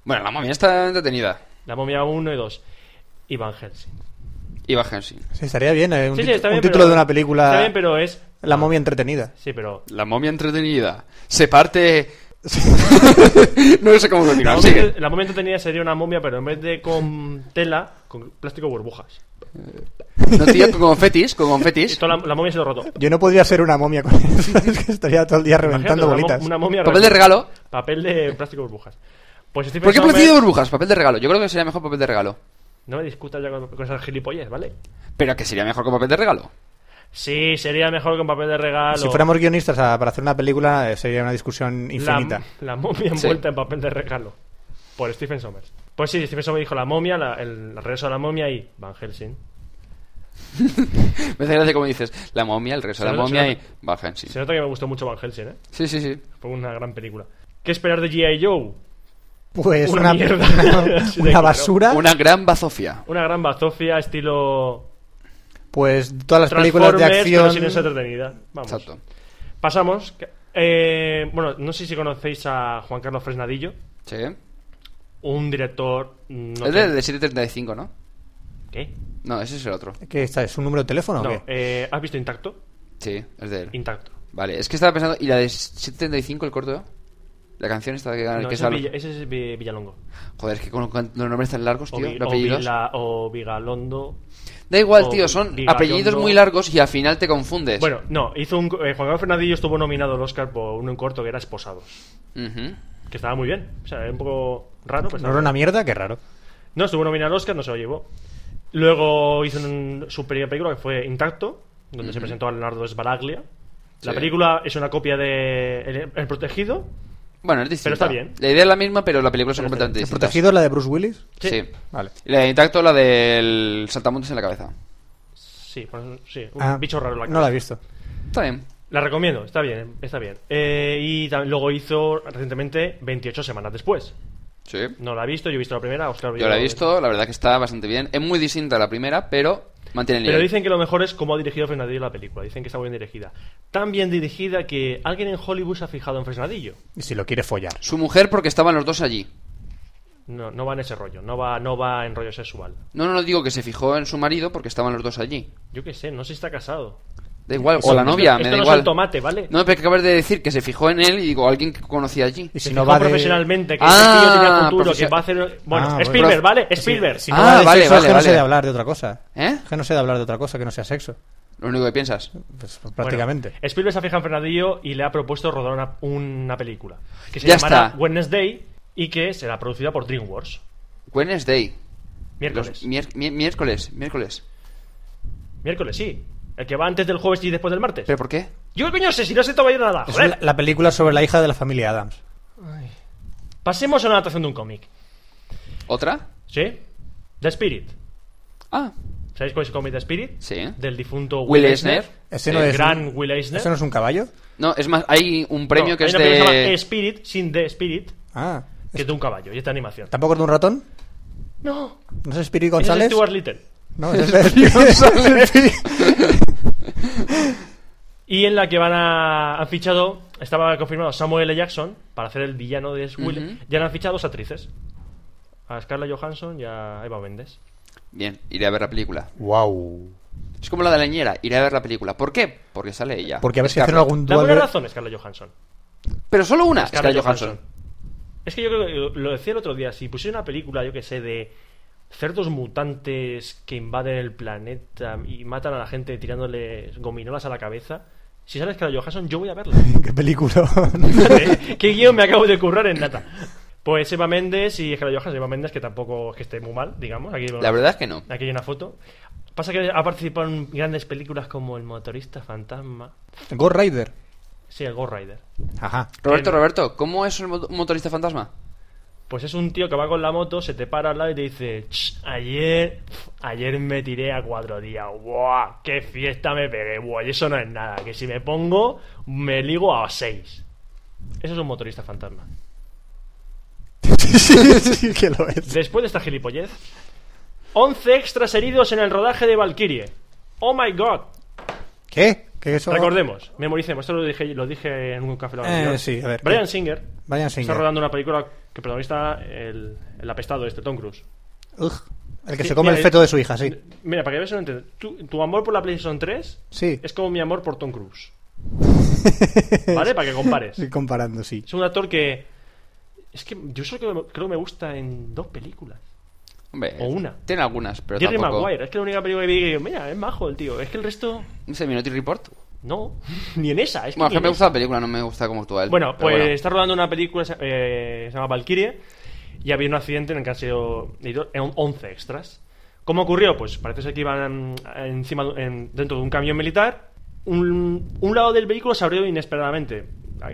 G: Bueno, la momia está entretenida.
H: La Momia 1 y 2 y Van Helsing.
G: Y Van Helsing.
F: Sí, estaría bien. eh, Un,
H: Sí, sí,
F: tit-
H: está bien,
F: un título
H: pero-
F: de una película...
H: Está bien, pero es...
F: La momia entretenida.
H: Sí, pero...
G: La momia entretenida. Se parte. no sé cómo
H: La
G: continuar.
H: momia,
G: Sigue.
H: la momia entretenida sería una momia, pero en vez de con tela, con plástico burbujas.
G: No, tío, con confetis, con
H: Y
G: confetis.
H: toda la, la momia se lo roto.
F: Yo no podría ser una momia con eso. Es que estaría todo el día
H: Imagínate,
F: reventando
H: una mo-
F: bolitas.
H: Una momia
G: Papel de regalo.
H: Papel de plástico burbujas. Pues Stephen
G: ¿Por qué
H: Sommers-
G: plástico de burbujas? Papel de regalo. Yo creo que sería mejor papel de regalo.
H: No me discutas ya con, con esas gilipollas, ¿vale?
G: Pero que sería mejor con papel de regalo.
H: Sí, sería mejor con papel de regalo.
F: Si fuéramos guionistas a- para hacer una película, eh, sería una discusión infinita.
H: la, la momia
G: Sí.
H: envuelta en papel de regalo. Por Stephen Sommers. Pues sí, Stephen Sommers dijo la momia, la- el regreso de la momia y Van Helsing.
G: Me hace gracia como dices. La momia, el regreso de
H: Se
G: la
H: nota-
G: momia
H: se
G: y Van Helsing.
H: Se nota que me gustó mucho Van Helsing, ¿eh?
G: Sí, sí, sí.
H: Fue una gran película. ¿Qué esperar de G.I. Joe?
F: Pues
H: Una
F: una,
H: mierda.
F: una-
H: Así de
F: una
H: claro.
F: basura.
G: Una gran bazofia.
H: Una gran bazofia estilo
F: Pues todas las películas
H: Transformers,
F: de
H: pero
F: acción.
H: sin esa entretenida. Vamos.
G: Exacto.
H: Pasamos. eh, bueno, no sé si conocéis a Juan Carlos Fresnadillo,
G: Sí.
H: un director. mm, No
G: es
H: sé-
G: del de 735, ¿no?
H: ¿Qué?
G: No, ese es el otro.
F: ¿Qué está? ¿Es un número de teléfono? o
H: No,
F: qué?
H: eh, ¿has visto Intacto?
G: Sí, es de él.
H: Intacto.
G: Vale, es que estaba pensando. ¿Y la de 735, el corto? La canción esta que,
H: No,
G: que
H: ese, es
G: sale-
H: Villa- ese es Vi- Villalongo.
G: Joder, es que con, con los nombres tan largos,
H: O,
G: tío.
H: Vi-
G: los
H: o
G: apellidos.
H: Vila- o Vigalondo.
G: Da igual,
H: o
G: tío, son
H: Vigalondo.
G: apellidos muy largos y al final te confundes.
H: Bueno, no, hizo un, eh, Juan Carlos Fernandillo estuvo nominado al Oscar por uno en corto que era Esposados.
G: Ujú.
H: Que estaba muy bien. O sea, era un poco raro. pues Pero
F: ¿No
H: estaba
F: era
H: bien.
F: una mierda? Qué raro.
H: No, estuvo nominado al Oscar, no se lo llevó. Luego hizo un, su primera película que fue Intacto, donde se presentó a Leonardo Sbaraglia. La
G: Sí.
H: película es una copia de El, El Protegido.
G: Bueno, es distinta.
H: está bien.
G: La idea es la misma, pero las películas son
H: Pero está
G: completamente
F: ¿El
G: distintas.
F: protegido la de Bruce Willis?
H: Sí.
G: Sí.
F: Vale.
G: Y la de intacto, la del saltamontes en la cabeza.
H: Sí, por- sí, un
F: Ah,
H: bicho raro. La
F: no la
H: cabeza.
F: he visto.
G: Está bien.
H: La recomiendo, está bien, está bien. Eh, y tam- luego hizo recientemente 28 semanas después.
G: Sí.
H: No la he visto, yo he visto la primera. Oscar
G: Yo la he visto, la verdad que está bastante bien. Es muy distinta a la primera, pero mantiene el
H: Pero
G: nivel.
H: dicen que lo mejor es cómo ha dirigido Fernandillo la película. Dicen que está muy bien dirigida. Tan bien dirigida que alguien en Hollywood se ha fijado en Fresnadillo.
F: Y si lo quiere follar.
G: Su mujer, porque estaban los dos allí.
H: No, no va en ese rollo, no va, no va en rollo sexual.
G: No, no, no digo que se fijó en su marido porque estaban los dos allí.
H: Yo qué sé, no sé si está casado.
G: Da igual,
H: Eso-
G: o la
H: esto-
G: novia,
H: esto
G: me
H: no
G: da
H: es
G: igual.
H: el tomate, ¿vale?
G: No, pero acabas de decir que se fijó en él y digo, alguien que conocía allí.
F: Y
H: Se
F: si no
H: fijó
F: va de...
H: profesionalmente que
G: Ah,
H: este tío tenía futuro,
G: profesio-
H: que va a hacer... Bueno,
F: Ah, bueno.
H: Spielberg,
F: Prof-
H: ¿vale? Spielberg.
F: Si no
G: Ah,
F: va de
G: vale,
F: sexo, es
G: vale,
F: que no sé
G: vale.
F: de hablar de otra cosa.
G: ¿Eh?
F: Es que no sé de hablar de otra cosa que no sea sexo.
G: Lo único que piensas.
F: Pues,
H: Bueno,
F: prácticamente.
H: Spielberg se ha fijado en Fernandillo y le ha propuesto rodar una, una película. Que se
G: Ya
H: llamará
G: está.
H: Wednesday y que será producida por DreamWorks.
G: Wednesday.
H: Miércoles.
G: Los mier- mi- miércoles, miércoles.
H: Miércoles, sí. El que va antes del jueves y después del martes.
G: ¿Pero por qué?
H: Yo, coño, sé si no sé todavía nada.
F: Es
H: Joder.
F: la, la película sobre la hija de la familia Adams.
H: Pasemos a una adaptación de un cómic.
G: ¿Otra?
H: ¿Sí? The Spirit.
G: Ah,
H: ¿Sabéis cuál es el cómic The Spirit?
G: sí.
H: Del difunto
G: Will
H: Will,
G: Eisner.
H: Eisner.
F: Ese no
H: el
F: es
H: gran
F: un-
H: Will Eisner.
F: ¿Eso no es un caballo?
G: No, es más, hay un premio
H: No,
G: que
H: hay
G: es
H: una película que se llama
G: de.
H: Spirit, sin The Spirit,
F: Ah.
H: que es de un caballo y es de animación.
F: ¿Tampoco es de un ratón?
H: No.
F: ¿No es Spirit
H: ese Es
F: González?
H: Stuart Little.
F: No, ese es Spirit González.
H: Y en la que van a. Han fichado. Estaba confirmado Samuel L. Jackson para hacer el villano de Will.
G: Ujú.
H: Ya han fichado dos actrices: a Scarlett Johansson y a Eva Mendes.
G: Bien, iré a ver la película.
F: wow.
G: Es como la de la ñera, iré a ver la película. ¿por qué? Porque sale ella.
F: Porque a ver si
G: Scarlett.
F: hacen algún
H: La buena
F: duelo.
H: razón, Scarlett Johansson.
G: Pero solo una, Scarlett Johansson.
H: Es que yo creo que lo decía el otro día, si pusiera una película, yo que sé, de cerdos mutantes que invaden el planeta y matan a la gente tirándole gominolas a la cabeza, si sale Scarlett Johansson, yo voy a verla.
F: ¿Qué película?
H: ¿Qué guión me acabo de currar en nata? Pues Eva Méndez y Scarlett Johansson. Eva Méndez, que tampoco es que esté muy mal, digamos. Aquí,
G: La verdad es que no.
H: Aquí hay una foto. Pasa que ha participado en grandes películas como El motorista fantasma.
F: Ghost Rider.
H: Sí, el Ghost Rider.
F: Ajá.
G: Roberto,
H: Bien.
G: Roberto, ¿cómo es un mot- un motorista fantasma?
H: Pues es un tío que va con la moto, se te para al lado y te dice, "Ch, ayer, pf, ayer me tiré a cuatro días, ¡guau! ¡Qué fiesta me pegué! ¡Buah! Y eso no es nada, que si me pongo, me ligo a seis. Eso es un motorista fantasma.
F: sí, sí, que lo es.
H: Después de esta gilipollez, 11 extras heridos en el rodaje de Valkyrie. ¡Oh my god!
F: ¿Qué? ¿Qué eso?
H: Recordemos, memoricemos, esto lo dije, lo dije en un café la
F: Eh,
H: Vanguardia.
F: sí, a ver,
H: Brian
F: ¿qué?
H: Singer,
F: Brian
H: está
F: Singer.
H: rodando una película que protagonista el, el apestado este, Tom Cruise.
F: Ugh. El que
H: Sí,
F: se come
H: mira,
F: el feto de su hija, sí.
H: Mira, para que veas, no entiendo. Tu, tu amor por la PlayStation 3
F: Sí.
H: es como mi amor por Tom Cruise. ¿Vale? Para que compares.
F: Sí, comparando, sí.
H: Es un actor que. Es que yo solo creo, creo que me gusta en dos películas.
G: Hombre,
H: O una.
G: Tiene algunas, pero
H: Jerry
G: tampoco.
H: Maguire, es que la única película que vi que digo, mira, es majo el tío. Es que el resto.
G: ¿Un Minority Report?
H: No, ni en esa. Es que
G: Bueno, es
H: ni
G: que
H: en
G: me
H: esa.
G: gusta la película, no me gusta cómo actúa él.
H: Bueno,
G: pero
H: pues está rodando una película, eh, se llama Valkyrie, y había un accidente en el que han sido heridos en 11 extras. ¿Cómo ocurrió? Pues parece ser que iban mm, encima, de- en- dentro de un camión militar. Un, un lado del vehículo se abrió inesperadamente.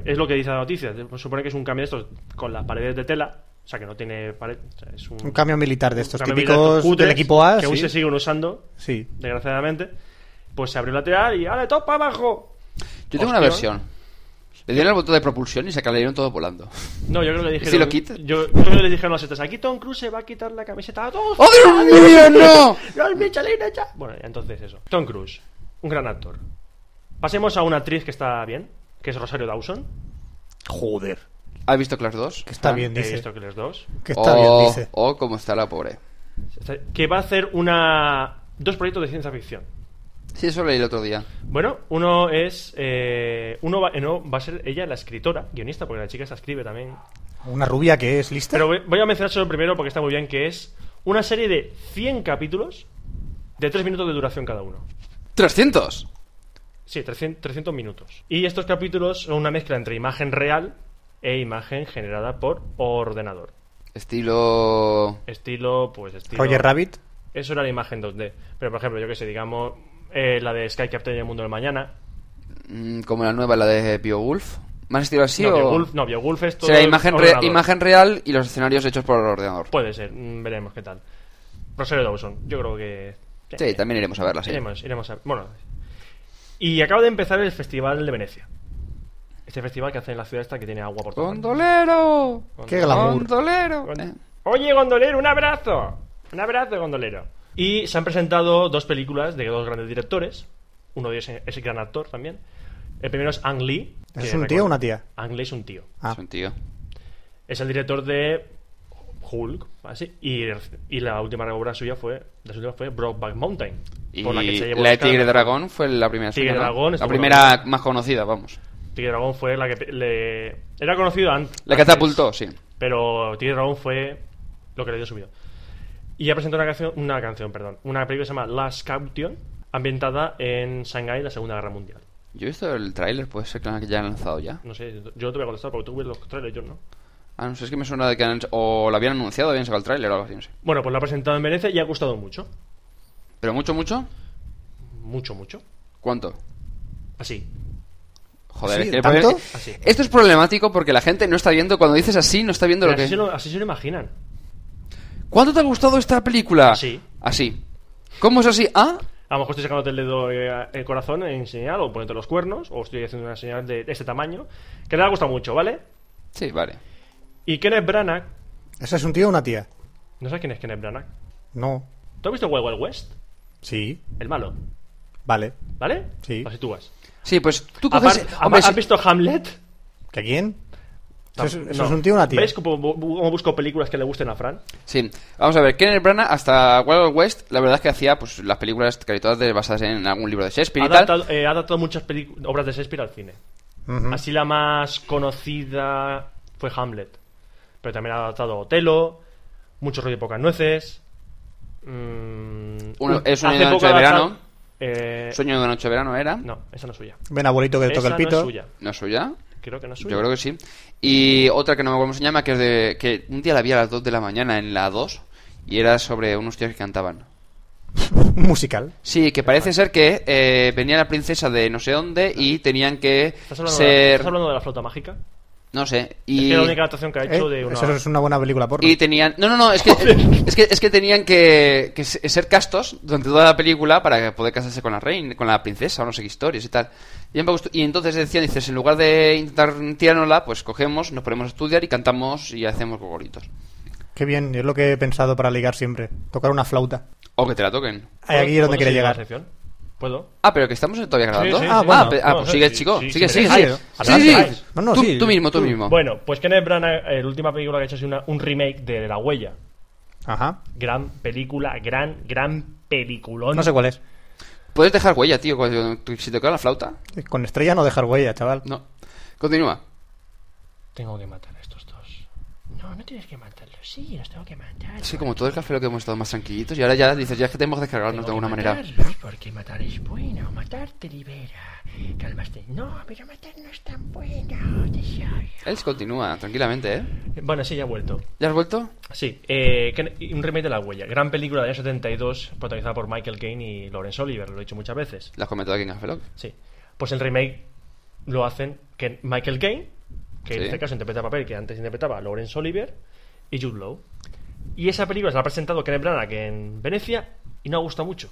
H: Es lo que dice la noticia. Se supone que es un camión de estos con las paredes de tela. O sea, que no tiene pared. o sea, es un,
F: Un camión militar de estos
H: un camión militar
F: típicos
H: cutres
F: del equipo A.
H: Que aún se
F: Sí.
H: siguen usando,
F: Sí.
H: desgraciadamente. Pues se abrió lateral y ¡Ale, topa abajo!
G: Yo tengo una
H: Hostia.
G: versión. Le dieron el botón de propulsión y se cayeron todos volando.
H: No, yo creo que le dijeron.
G: Si lo quita.
H: Yo, yo creo que le dijeron a los extras, Aquí Tom Cruise se va a quitar la camiseta a todos.
G: ¡Oh, Dios mío, no!
H: ¡Los Michelin echa! Bueno, entonces eso. Tom Cruise, un gran actor. Pasemos a una actriz que está bien, que es Rosario Dawson.
F: Joder.
G: ¿Has visto Clash 2?
F: Que está bien,
H: He
F: dice.
H: visto que les dos.
F: Que está bien, dice.
G: Oh, cómo está la pobre.
H: Que va a hacer una. Dos proyectos de ciencia ficción.
G: Sí, eso leí el otro día.
H: Bueno, uno es. eh, uno va, eh, no, va a ser ella la escritora, guionista, porque la chica esta escribe también.
F: Una rubia que es lista.
H: Pero voy- voy a mencionar solo primero porque está muy bien, que es una serie de 100 capítulos de 3 minutos de duración cada uno.
G: ¡300!
H: Sí, 300, 300 minutos. Y estos capítulos son una mezcla entre imagen real e imagen generada por ordenador.
G: Estilo...
H: Estilo, pues estilo...
F: Roger Rabbit.
H: Eso era la imagen 2D. Pero, por ejemplo, yo que sé, digamos, eh, la de Sky Captain y el mundo del mañana.
G: mm, Como la nueva, la de BioWolf. ¿Más estilo así
H: no,
G: o...?
H: Beowulf, no, Beowulf es todo
G: Será imagen, re-
H: ordenador.
G: imagen real y los escenarios hechos por el ordenador.
H: Puede ser, mm, veremos qué tal. Rosario Dawson, yo creo que...
G: Sí, también iremos a verla, sí.
H: Iremos, iremos a... Bueno. Y acaba de empezar el Festival de Venecia. Este festival que hace en la ciudad esta que tiene agua por todas partes.
G: ¡Gondolero!
H: Pues
F: Qué glamour.
G: ¡Gondolero!
H: Gon-
G: Eh,
H: Oye, Gondolero, un abrazo. Un abrazo, Gondolero. Y se han presentado dos películas de dos grandes directores. Uno de ellos es gran actor también. El primero es Ang Lee. que
F: ¿Es un
H: recuerda-
F: tío o una tía?
H: Ang Lee es un tío.
F: Ah.
G: Es un tío.
H: Es el director de Hulk, así. Y, y la última obra suya fue, las últimas fue Brokeback Mountain.
G: Y
H: por
G: la,
H: la que se llevó
G: de
H: Oscar.
G: Tigre Dragón fue la primera.
H: Tigre
G: suya, ¿no?
H: Dragón,
G: La
H: estuvo
G: primera
H: la-
G: más conocida, vamos.
H: Tigre Dragón fue la que pe- le... Era conocido an- antes.
G: La catapultó, sí.
H: Pero Tigre Dragón fue lo que le dio su vida. Y ya presentó una canción, una canción, perdón, una película que se llama Last Caption, ambientada en Shanghái en la Segunda Guerra Mundial.
G: Yo he visto el tráiler, puede ser que la que ya han lanzado ya.
H: No sé, yo no te voy a contestar porque tú ves los trailers, yo no.
G: Ah, no sé, es que me suena de que han- o la habían anunciado, habían sacado el tráiler o algo así, no sé.
H: Bueno, pues la ha presentado en Venecia y ha gustado mucho.
G: Pero mucho, mucho,
H: Mucho, mucho.
G: ¿cuánto?
H: Así.
G: Joder,
F: ¿Sí?
G: es que
F: ¿Tanto?
G: poner-
H: Así.
G: Esto es problemático porque la gente no está viendo, cuando dices así, no está viendo
H: Pero
G: lo
H: así,
G: que...
H: se lo, así se lo imaginan.
G: ¿Cuánto te ha gustado esta película?
H: Así.
G: Así. ¿Cómo es así? ¿Ah?
H: A lo mejor estoy sacándote el dedo eh, el corazón en señal o poniéndote los cuernos o estoy haciendo una señal de este tamaño. Que le ha gustado mucho, ¿vale?
G: Sí, vale.
H: Y Kenneth Branagh...
F: ¿Ese es un tío o una tía?
H: ¿No sabes quién es Kenneth Branagh?
F: No.
H: ¿Tú has visto Wild Wild West?
F: Sí.
H: El malo,
F: Vale.
H: ¿vale?
F: Sí.
H: Lo sitúas.
G: Sí, pues tú coges...
H: Aparte-
G: hombre,
H: ¿Has
G: sí-
H: visto Hamlet?
F: ¿Que a quién? ¿Eso es, eso
H: No.
F: es un tío o una tía?
H: ¿Ves cómo, bu- cómo busco películas que le gusten a Fran?
G: Sí, vamos a ver, Kenneth Branagh hasta Wild Wild West, la verdad es que hacía pues las películas casi todas de- basadas en algún libro de Shakespeare
H: Ha
G: y tal.
H: adaptado, eh, ha adaptado muchas pelicu- obras de Shakespeare al cine.
F: Ujú.
H: Así la más conocida fue Hamlet. Pero también ha adaptado Otelo, mucho rollo de pocas nueces. mm,
G: Uno-
H: uh,
G: es un
H: hace
G: noche
H: poco
G: de
H: ha
G: verano.
H: adaptado- eh,
G: Sueño de una noche de verano era. No,
H: No, esa no es suya.
F: Ven, abuelito, que le toca
H: Esa
F: el
H: no
F: pito.
H: es suya.
G: es suya.
H: Creo que no es suya.
G: Yo creo que sí. Y otra que no me acuerdo cómo se llama, que es de. que un día la vi a las 2 de la mañana en la 2 y era sobre unos tíos que cantaban.
F: Un musical.
G: Sí, que parece ser que eh, venía la princesa de no sé dónde y tenían que
H: ¿Estás hablando, de, la-
G: ser.
H: estás hablando de la flota mágica?
G: No sé.
H: Es
G: Y...
H: que es la única adaptación que ha hecho
F: Eh,
H: de una...
F: Eso es una buena película porno.
G: Y tenían. No, no, no, es que, es que, es que tenían que, que se- ser castos durante toda la película para poder casarse con la reina, con la princesa o no sé qué historias y tal. Y, me gustó- y entonces decían: dices, en lugar de intentar tirárnosla, pues cogemos, nos ponemos a estudiar y cantamos y hacemos gogolitos.
F: Qué bien, es lo que he pensado para ligar siempre. Tocar una flauta.
G: O que te la toquen.
F: Ahí, Aquí es
H: ¿Puedo
F: donde quería
H: seguir la
F: llegar.
H: sección? ¿Puedo?
G: Ah, pero que estamos todavía grabando.
H: sí,
G: ah,
H: sí.
G: bueno, pe- ah,
H: No,
G: pues
H: sí,
G: sigue,
H: sí,
G: chico.
H: sí,
G: sigue,
H: sí,
G: sigue,
H: sí,
G: sigue.
F: sí,
G: Sí,
F: adelante,
G: sí,
F: adelante. No, no,
G: tú,
F: sí,
G: tú mismo, tú mismo.
H: Bueno, pues Kenneth Branagh, eh, la última película que ha hecho es una- un remake de La Huella.
F: Ajá.
H: Gran película, gran, gran peliculón.
F: No sé cuál es.
G: Puedes dejar huella, tío, cuando- tú- si te toca la flauta.
F: Con estrella no dejar huella, chaval.
G: No. Continúa.
H: Tengo que matar a estos dos. No, no tienes que matarlos. Sí, los tengo que matar.
G: Sí, como todo el café lo que hemos estado más tranquilitos y ahora ya dices, ya es que tenemos que descargarnos de alguna manera.
H: Matarlos, porque matar es bueno. Matar te libera. Calmaste. No, pero matar no es tan bueno.
G: Él continúa, tranquilamente, ¿eh?
H: Bueno, sí, ya ha vuelto.
G: ¿Ya has vuelto?
H: Sí, eh, Ken- un remake de La Huella. Gran película del año 72, protagonizada por Michael Caine y Laurence Oliver. Lo he dicho muchas veces.
G: Lo has comentado aquí en Café Lock.
H: Sí. Pues el remake lo hacen que Michael Caine, que en
G: Sí.
H: este caso interpreta el papel que antes interpretaba Laurence Olivier, y Jude Law. Y esa película se la ha presentado Kenneth Branagh en Venecia y no ha gustado mucho.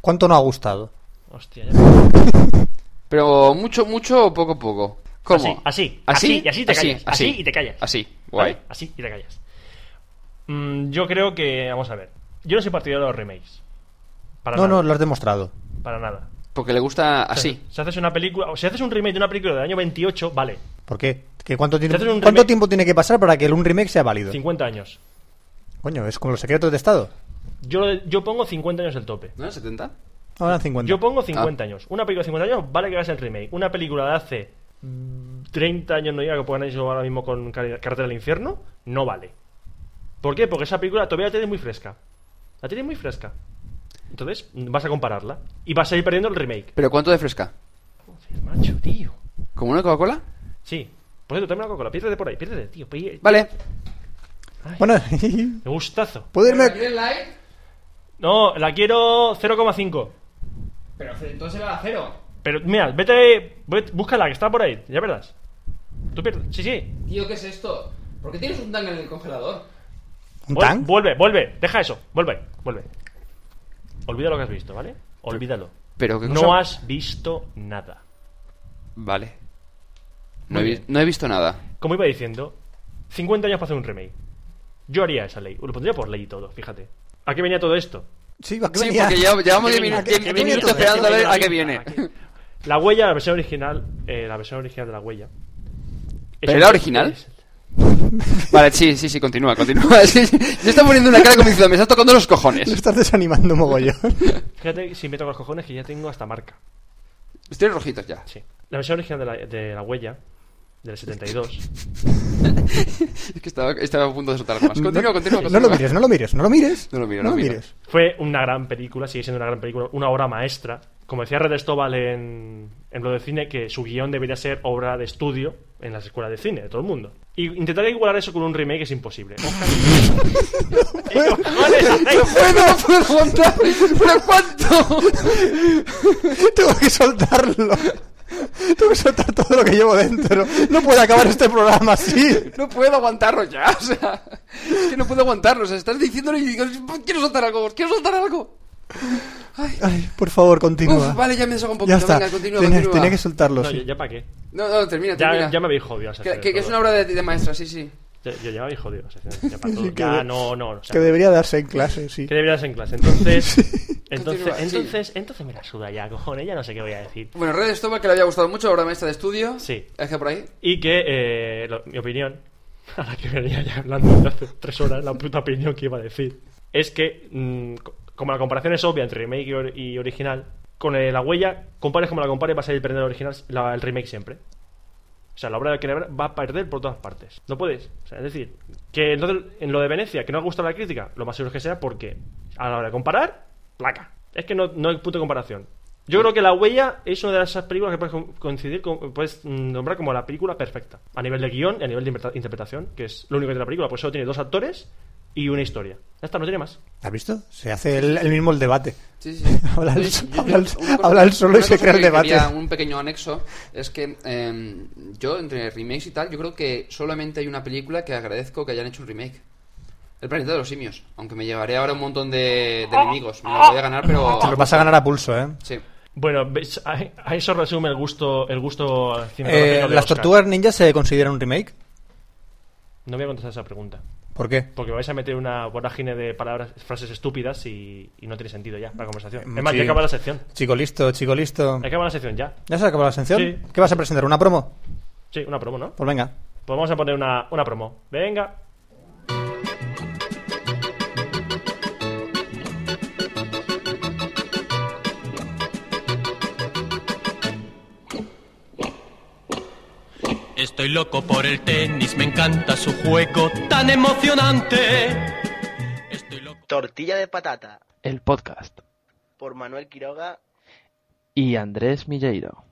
F: ¿Cuánto no ha gustado?
H: Hostia, ya.
G: Pero mucho, mucho o poco, poco. ¿Cómo?
H: Así, así, así, y así te callas, así y te callas.
G: Así, guay.
H: ¿Vale? Así y te callas. Mm, yo creo que. Vamos a ver. Yo no soy partidario de los remakes. Para
F: No,
H: nada.
F: no, lo has demostrado.
H: Para nada.
G: Porque le gusta
H: O sea,
G: así.
H: Si haces una película. O si haces un remake de una película del año 28, vale.
F: ¿Por qué? ¿Que cuánto, tiene-
H: Te hacen un
F: cuánto
H: remake-
F: tiempo tiene que pasar para que un remake sea válido?
H: 50 años.
F: Coño, es como los secretos de Estado.
H: Yo, yo pongo 50 años el tope.
G: ¿No? ¿70?
F: Ahora en 50.
H: Yo pongo 50 años. Una película de 50 años vale que hagas el remake. Una película de hace mm, 30 años no llega que puedan hecho ahora mismo con Car- Carretera al Infierno, no vale. ¿Por qué? Porque esa película todavía la tienes muy fresca. La tienes muy fresca. Entonces mm, vas a compararla y vas a ir perdiendo el remake.
G: ¿Pero cuánto de fresca?
H: Joder, macho, tío.
G: ¿Como una Coca-Cola?
H: Sí. Por cierto, tráeme la Coca-Cola. Piérdete por ahí, piérdete, tío. pí-
G: Vale.
H: Ay,
F: Bueno,
H: Me gustazo.
F: ¿puedo irme?
H: No, la quiero 0,5.
G: Pero entonces va a cero.
H: Pero mira, vete, vete, búscala que está por ahí, ya verás. Tú pierdes. Sí, sí,
G: Tío, ¿qué es esto? ¿Por qué tienes un tanga en el congelador?
F: ¿Un
H: Vuel-
F: tan?
H: Vuelve, vuelve, deja eso, vuelve, vuelve. Olvida lo que has visto, ¿vale? Olvídalo.
G: Pero qué
H: No
G: cosa-
H: has visto nada.
G: Vale. No he,
H: Muy
G: vi-
H: bien.
G: no he visto nada.
H: Como iba diciendo, 50 años para hacer un remake. Yo haría esa ley, lo pondría por ley y todo, fíjate. ¿A qué venía todo esto?
F: Sí, ¿a qué
G: Sí,
F: venía?
G: porque llevamos- llevamos 10
F: ¿A
G: minu-
F: qué-
G: diez-
F: qué
G: diez
F: venía
G: minutos
F: todo
G: esperando a
F: esto?
G: ver a qué viene.
H: La huella, la versión original, eh, la versión original de la huella.
G: ¿Pero
H: Es-
G: era original?
H: es-
G: Vale, sí, sí, sí, continúa, continúa. Sí, sí. Se está poniendo una cara como diciendo, me está tocando los
F: Lo
G: cojones.
F: estás desanimando mogollón.
H: Fíjate si me toco los cojones que ya tengo hasta marca.
G: Estoy Pues rojitos ya.
H: Sí. La versión original de la, de la huella, del 72.
G: Es que estaba, estaba a punto de soltar algo más. Pues Continúa, continúa,
F: No lo
G: continúa.
F: mires, no lo mires, no lo mires.
G: No lo miro,
F: no
G: no
F: lo
G: miro.
F: mires.
H: Fue una gran película, sigue siendo una gran película, una obra maestra. Como decía Red Estóbal en, en lo de cine, que su guión debería ser obra de estudio en las escuelas de cine de todo el mundo. Y intentaré igualar eso con un remake es imposible.
K: No puedo, no puedo aguantar. ¿Pero cuánto?
F: Tengo que soltarlo. Tengo que soltar todo lo que llevo dentro. No puede acabar este programa así.
K: No puedo aguantarlo ya, o sea. Es que no puedo aguantarlo. O sea, estás diciéndolo y digo, quiero soltar algo, quiero soltar algo. Ay.
F: Ay, por favor, continúa.
K: Uf, vale, ya me desahogo un poquito.
F: ya está.
K: Venga, continúa,
F: tenía,
K: continúa.
F: tenía que soltarlo.
H: No,
F: sí.
H: ya, ya para qué.
K: No, no, termina,
H: Ya,
K: termina.
H: ya me habéis jodido. esa
K: que,
H: sección
K: que- que
H: de
K: es una
H: todo.
K: obra de, de maestra, sí, sí.
H: Ya, ya, ya me habéis jodido. esa sección, ya para todo.
F: Sí, que-
H: Ya, no, no. o sea,
F: Que debería darse en clase, sí.
H: que deberías en clase. Entonces, entonces,
K: Continúa, sí.
H: entonces, entonces me la suda ya, cojones, ya no sé qué voy a decir.
K: Bueno, Red Stobart, que le había gustado mucho, obra maestra de estudio.
H: Sí.
K: ¿Es que por ahí?
H: Y que, eh, lo- mi opinión, a la que venía ya hablando desde hace tres horas, la puta opinión que iba a decir, es que, mm, co- como la comparación es obvia entre remake y, or- y original, con eh, la huella, compares como la compares, vas a ir perdiendo el original, la- el remake siempre. O sea, la obra que le habrá- va a perder por todas partes. No puedes. O sea, es decir, que entonces, en lo de Venecia, que no ha gustado la crítica, lo más seguro es que sea porque a la hora de comparar, placa. Es que no, no hay punto de comparación. Yo creo que La Huella es una de esas películas que puedes co- coincidir con- puedes mm, nombrar como la película perfecta. A nivel de guión y a nivel de interpreta- interpretación, que es lo único que tiene la película, pues solo tiene dos actores y una historia. Ya está, no tiene más.
F: ¿Has visto? Se hace el, el mismo el debate.
K: Sí, sí.
F: Habla el-
K: Yo- yo-
F: habla el-
K: una cosa-
F: habla el solo y
K: una
F: se
K: cosa
F: crea el
K: que
F: debate.
K: quería Un pequeño anexo es que eh, yo, entre remakes y tal, yo creo que solamente hay una película que agradezco que hayan hecho un remake. El planeta de los simios. Aunque me llevaré ahora un montón de, de enemigos. Me lo voy a ganar, pero.
F: Te lo vas a ganar a pulso, ¿eh?
K: Sí.
H: Bueno, ves, a, a eso resume el gusto, el gusto
F: Eh,
H: cinematográfico de
F: ¿Las
H: Oscar.
F: tortugas ninjas se consideran un remake?
H: No voy a contestar esa pregunta.
F: ¿Por qué?
H: Porque vais a meter una vorágine de palabras, frases estúpidas y, y no tiene sentido ya la conversación.
F: Mm,
H: Es más,
F: sí.
H: ya acaba la sección.
F: Chico listo, chico listo.
H: Ya acaba la sección ya.
F: ¿Ya se acabó la ascensión?
H: Eh. Sí.
F: ¿Qué vas a presentar? ¿Una promo?
H: Sí, una promo, ¿no?
F: Pues venga.
H: Pues vamos a poner una, una promo. Venga.
L: Estoy loco por el tenis, me encanta su juego tan emocionante. Estoy loco.
M: Tortilla de patata
J: El podcast.
M: por Manuel Quiroga.
J: Y Andrés Milleiro.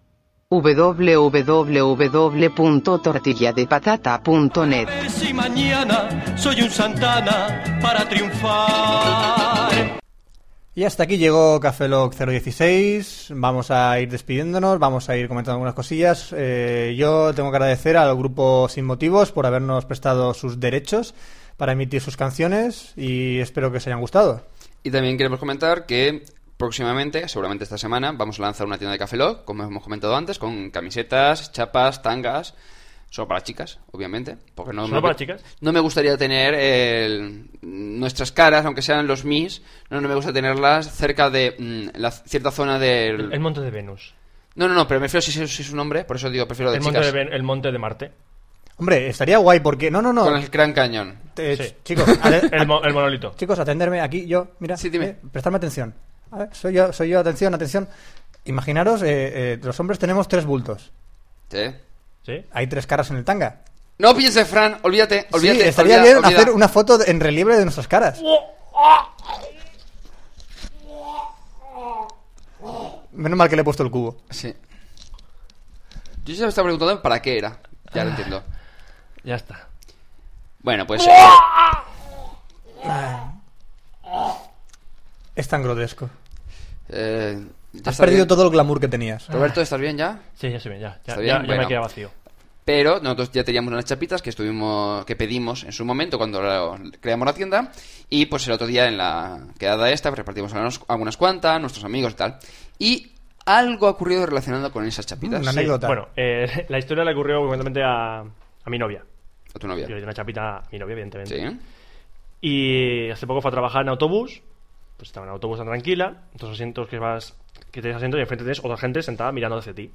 L: www.tortilladepatata.net A ver si mañana soy un Santana para triunfar.
F: Y hasta aquí llegó Café Lock 016. Vamos a ir despidiéndonos, vamos a ir comentando algunas cosillas. Eh, yo tengo que agradecer al grupo Sin Motivos por habernos prestado sus derechos para emitir sus canciones y espero que os hayan gustado.
K: Y también queremos comentar que próximamente, seguramente esta semana, vamos a lanzar una tienda de Café Lock, como hemos comentado antes, con camisetas, chapas, tangas. Solo para chicas, obviamente. Porque no
H: ¿Solo
K: me-
H: para chicas?
K: No me gustaría tener el- nuestras caras, aunque sean los mis, no, no me gusta tenerlas cerca de mm, la cierta zona del...
H: El, el monte de Venus.
K: No, no, no, pero me refiero si, es- si es un hombre, por eso digo, prefiero de
H: El monte
K: chicas.
H: de, Ven- el monte de Marte.
F: Hombre, estaría guay porque... No, no, no.
K: Con el gran cañón.
F: Eh,
H: Sí.
F: Chicos, ale-
H: El, mo- el monolito.
F: Chicos, atenderme aquí, yo, mira,
K: Sí, dime.
F: eh, prestarme atención. A ver, soy yo, soy yo, atención, atención. Imaginaros, eh, eh, los hombres tenemos tres bultos.
K: Sí.
H: ¿Sí?
F: Hay tres caras en el tanga.
K: No pienses, Fran, olvídate, olvídate.
F: sí, estaría
K: olvida,
F: bien
K: olvida.
F: hacer una foto de- en relieve de nuestras caras. Menos mal que le he puesto el cubo.
K: Sí. Yo ya me estaba preguntando para qué era. Ya lo entiendo.
H: Ya está.
K: Bueno, pues... eh,
F: Es tan grotesco.
K: eh, ya
F: Has
K: está
F: perdido
K: bien.
F: todo el glamour que tenías.
K: Roberto, ¿estás bien ya?
H: Sí, ya se ve, ya. Ya,
K: Está
H: ya,
K: bien,
H: ya
K: bueno.
H: me queda vacío.
K: Pero nosotros ya teníamos unas chapitas que estuvimos que pedimos en su momento cuando lo- creamos la tienda y pues el otro día en la quedada esta pues, repartimos algunas, algunas cuantas, nuestros amigos y tal. Y algo ha ocurrido relacionado con esas chapitas.
F: Una anécdota.
H: Bueno, eh, la historia le ocurrió concretamente a, a mi novia.
K: A tu novia.
H: Yo le di una chapita a mi novia, evidentemente.
K: Sí.
H: Y hace poco fue a trabajar en autobús. Pues estaba en autobús tan tranquila. Dos asientos que vas. que tienes asiento y enfrente tienes otra gente sentada mirando hacia ti.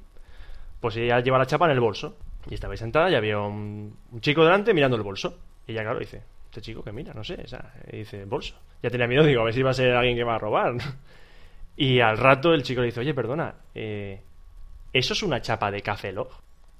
H: Pues ella lleva la chapa en el bolso. Y estaba ahí sentada y había un, un chico delante mirando el bolso. Y ella, claro, dice: Este chico que mira, no sé. o sea, y dice: bolso. Ya tenía miedo, digo, a ver si va a ser alguien que va a robar. Y al rato el chico le dice: Oye, perdona, eh, ¿eso es una chapa de café log?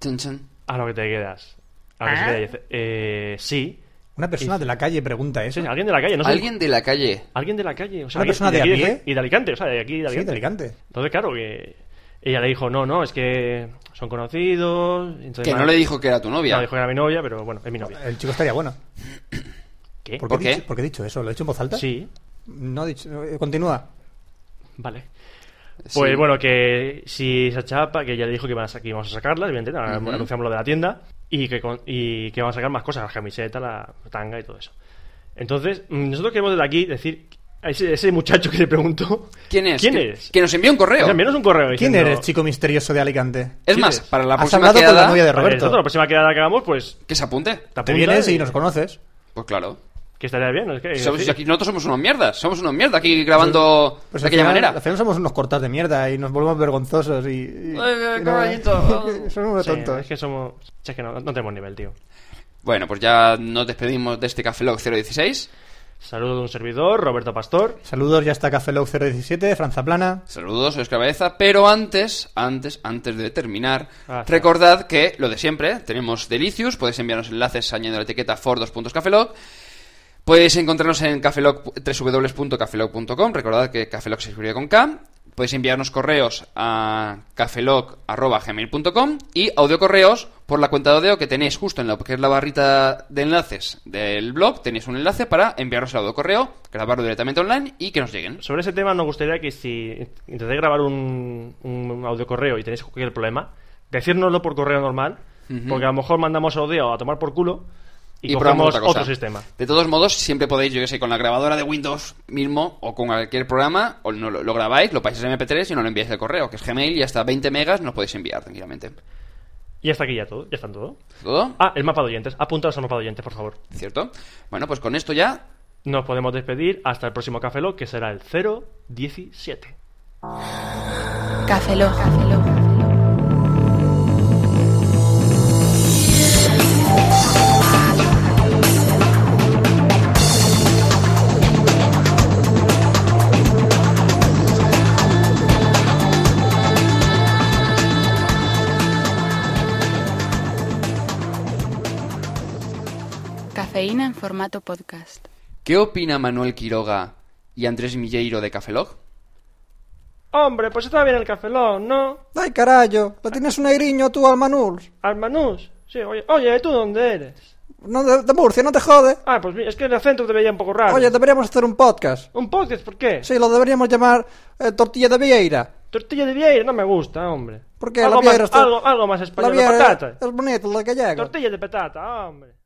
K: Chan, chan.
H: A lo que te quedas. A lo que se queda y dice: "Eh, Sí.
F: Una persona de la calle pregunta
H: Sí,
F: eso.
H: alguien de la calle, no sé.
K: Alguien de la calle.
H: Alguien de la calle, o sea,
F: Una
H: alguien-
F: persona
H: y
F: de
H: aquí
F: a pie.
H: Y de Alicante, o sea, de aquí de
F: Sí,
H: Alicante.
F: de Alicante.
H: Entonces, claro, que Ella le dijo, no, no, es que son conocidos. entonces,
K: Que no
H: vale.
K: le dijo que era tu novia.
H: No, dijo que era mi novia, pero bueno, es mi novia.
F: El chico estaría bueno.
H: ¿Qué?
F: Eh, ¿Por,
K: ¿Por
F: qué?
K: qué?
F: he dicho- por qué he dicho eso? ¿Lo he dicho en voz alta?
H: Sí,
F: No he dicho. eh, Continúa.
H: vale.
K: Sí.
H: Pues bueno, que si esa chapa, que ya le dijo que, vas, que íbamos a sacarla, evidentemente, ahora
K: Ujú.
H: anunciamos lo de la tienda, y que, con- y que vamos a sacar más cosas, la camiseta, la tanga y todo eso. Entonces, mm, nosotros queremos desde aquí decir a ese, ese muchacho que le preguntó...
K: ¿Quién es?
H: ¿Quién
K: Que-
H: es?
K: Que nos envió un correo.
H: Envíanos un correo
F: ¿Quién
H: diciendo-
F: eres, chico misterioso de Alicante?
K: Es
H: ¿Quién
K: más,
H: es?
K: para la
F: Has
K: próxima
F: hablado con
K: quedada,
F: la novia de
H: Vale,
F: Eh, Roberto.
H: nosotros la próxima quedada que hagamos, pues...
K: que se apunte.
F: Te
H: apuntas
F: vienes y nos conoces.
K: Pues claro.
H: Que estaría bien, es que...
K: Somos-
H: sí.
K: aquí nosotros somos unos mierdas. Somos unos mierdas aquí grabando
F: Pues
K: de
F: al
K: aquella
F: final-
K: manera.
F: Al final somos unos cortados de mierda y nos volvemos vergonzosos y. y-
K: Ay,
F: y
K: caballito.
F: somos unos
H: Sí,
F: tontos.
H: Es que somos... Es que no, no tenemos nivel, tío.
K: Bueno, pues ya nos despedimos de este Café Log 016.
H: Saludos de un servidor, Roberto Pastor.
F: Saludos, ya está Café Lock 017, Franza Plana.
K: Saludos, soy Oscar Baeza. Pero antes, antes, antes de terminar,
H: Ah, está.
K: recordad que lo de siempre, ¿eh? tenemos Delicious, podéis enviarnos enlaces añadiendo la etiqueta for 2.cafelog. Podéis encontrarnos en cafelog, www.cafelog.com. Recordad que cafelog se escribe con K. Podéis enviarnos correos a cafelog.gmail.com y audiocorreos por la cuenta de audio que tenéis justo en lo que es la barrita de enlaces del blog. Tenéis un enlace para enviarnos el audiocorreo, grabarlo directamente online y que nos lleguen.
H: Sobre ese tema nos gustaría que si intentáis grabar un, un audio correo y tenéis cualquier problema, decírnoslo por correo normal,
K: Ujú.
H: porque a lo mejor mandamos audio a tomar por culo y,
K: probamos
H: cogemos
K: otra cosa.
H: otro sistema.
K: De todos modos, siempre podéis, yo que sé, con la grabadora de Windows mismo o con cualquier programa, o no, lo, lo grabáis, lo pasáis en MP3 y no lo enviáis al correo, que es Gmail y hasta 20 megas nos podéis enviar tranquilamente.
H: Y hasta aquí ya todo, ya están todo.
K: ¿Todo?
H: Ah, el mapa de oyentes, apuntaos al mapa de oyentes, por favor.
K: ¿Cierto? Bueno, pues con esto ya.
H: Nos podemos despedir hasta el próximo Café Lock, que será el 017.
E: Café Lock. Cafeína en formato podcast.
K: ¿Qué opina Manuel Quiroga y Andrés Milleiro de Cafelog?
H: Hombre, pues está bien el Café Lock, ¿no?
F: ¡Ay, carajo! ¿La tienes un airiño tú al Manul?
H: Armanús. Sí, oye, oye, ¿tú dónde eres?
F: No, de, Murcia, no te jode.
H: Ah, pues mira, es que el acento te veía un poco raro.
F: deberíamos hacer un podcast.
H: ¿Un podcast por qué?
F: Sí, lo deberíamos llamar eh, Tortilla de Vieira.
H: Tortilla de vieira no me gusta, hombre.
F: Porque
H: algo
F: la vieira
H: más,
F: está-
H: algo, algo más
F: La
H: español,
F: vieira
H: patata.
F: es bonita, la gallega.
H: Tortilla de patata, hombre.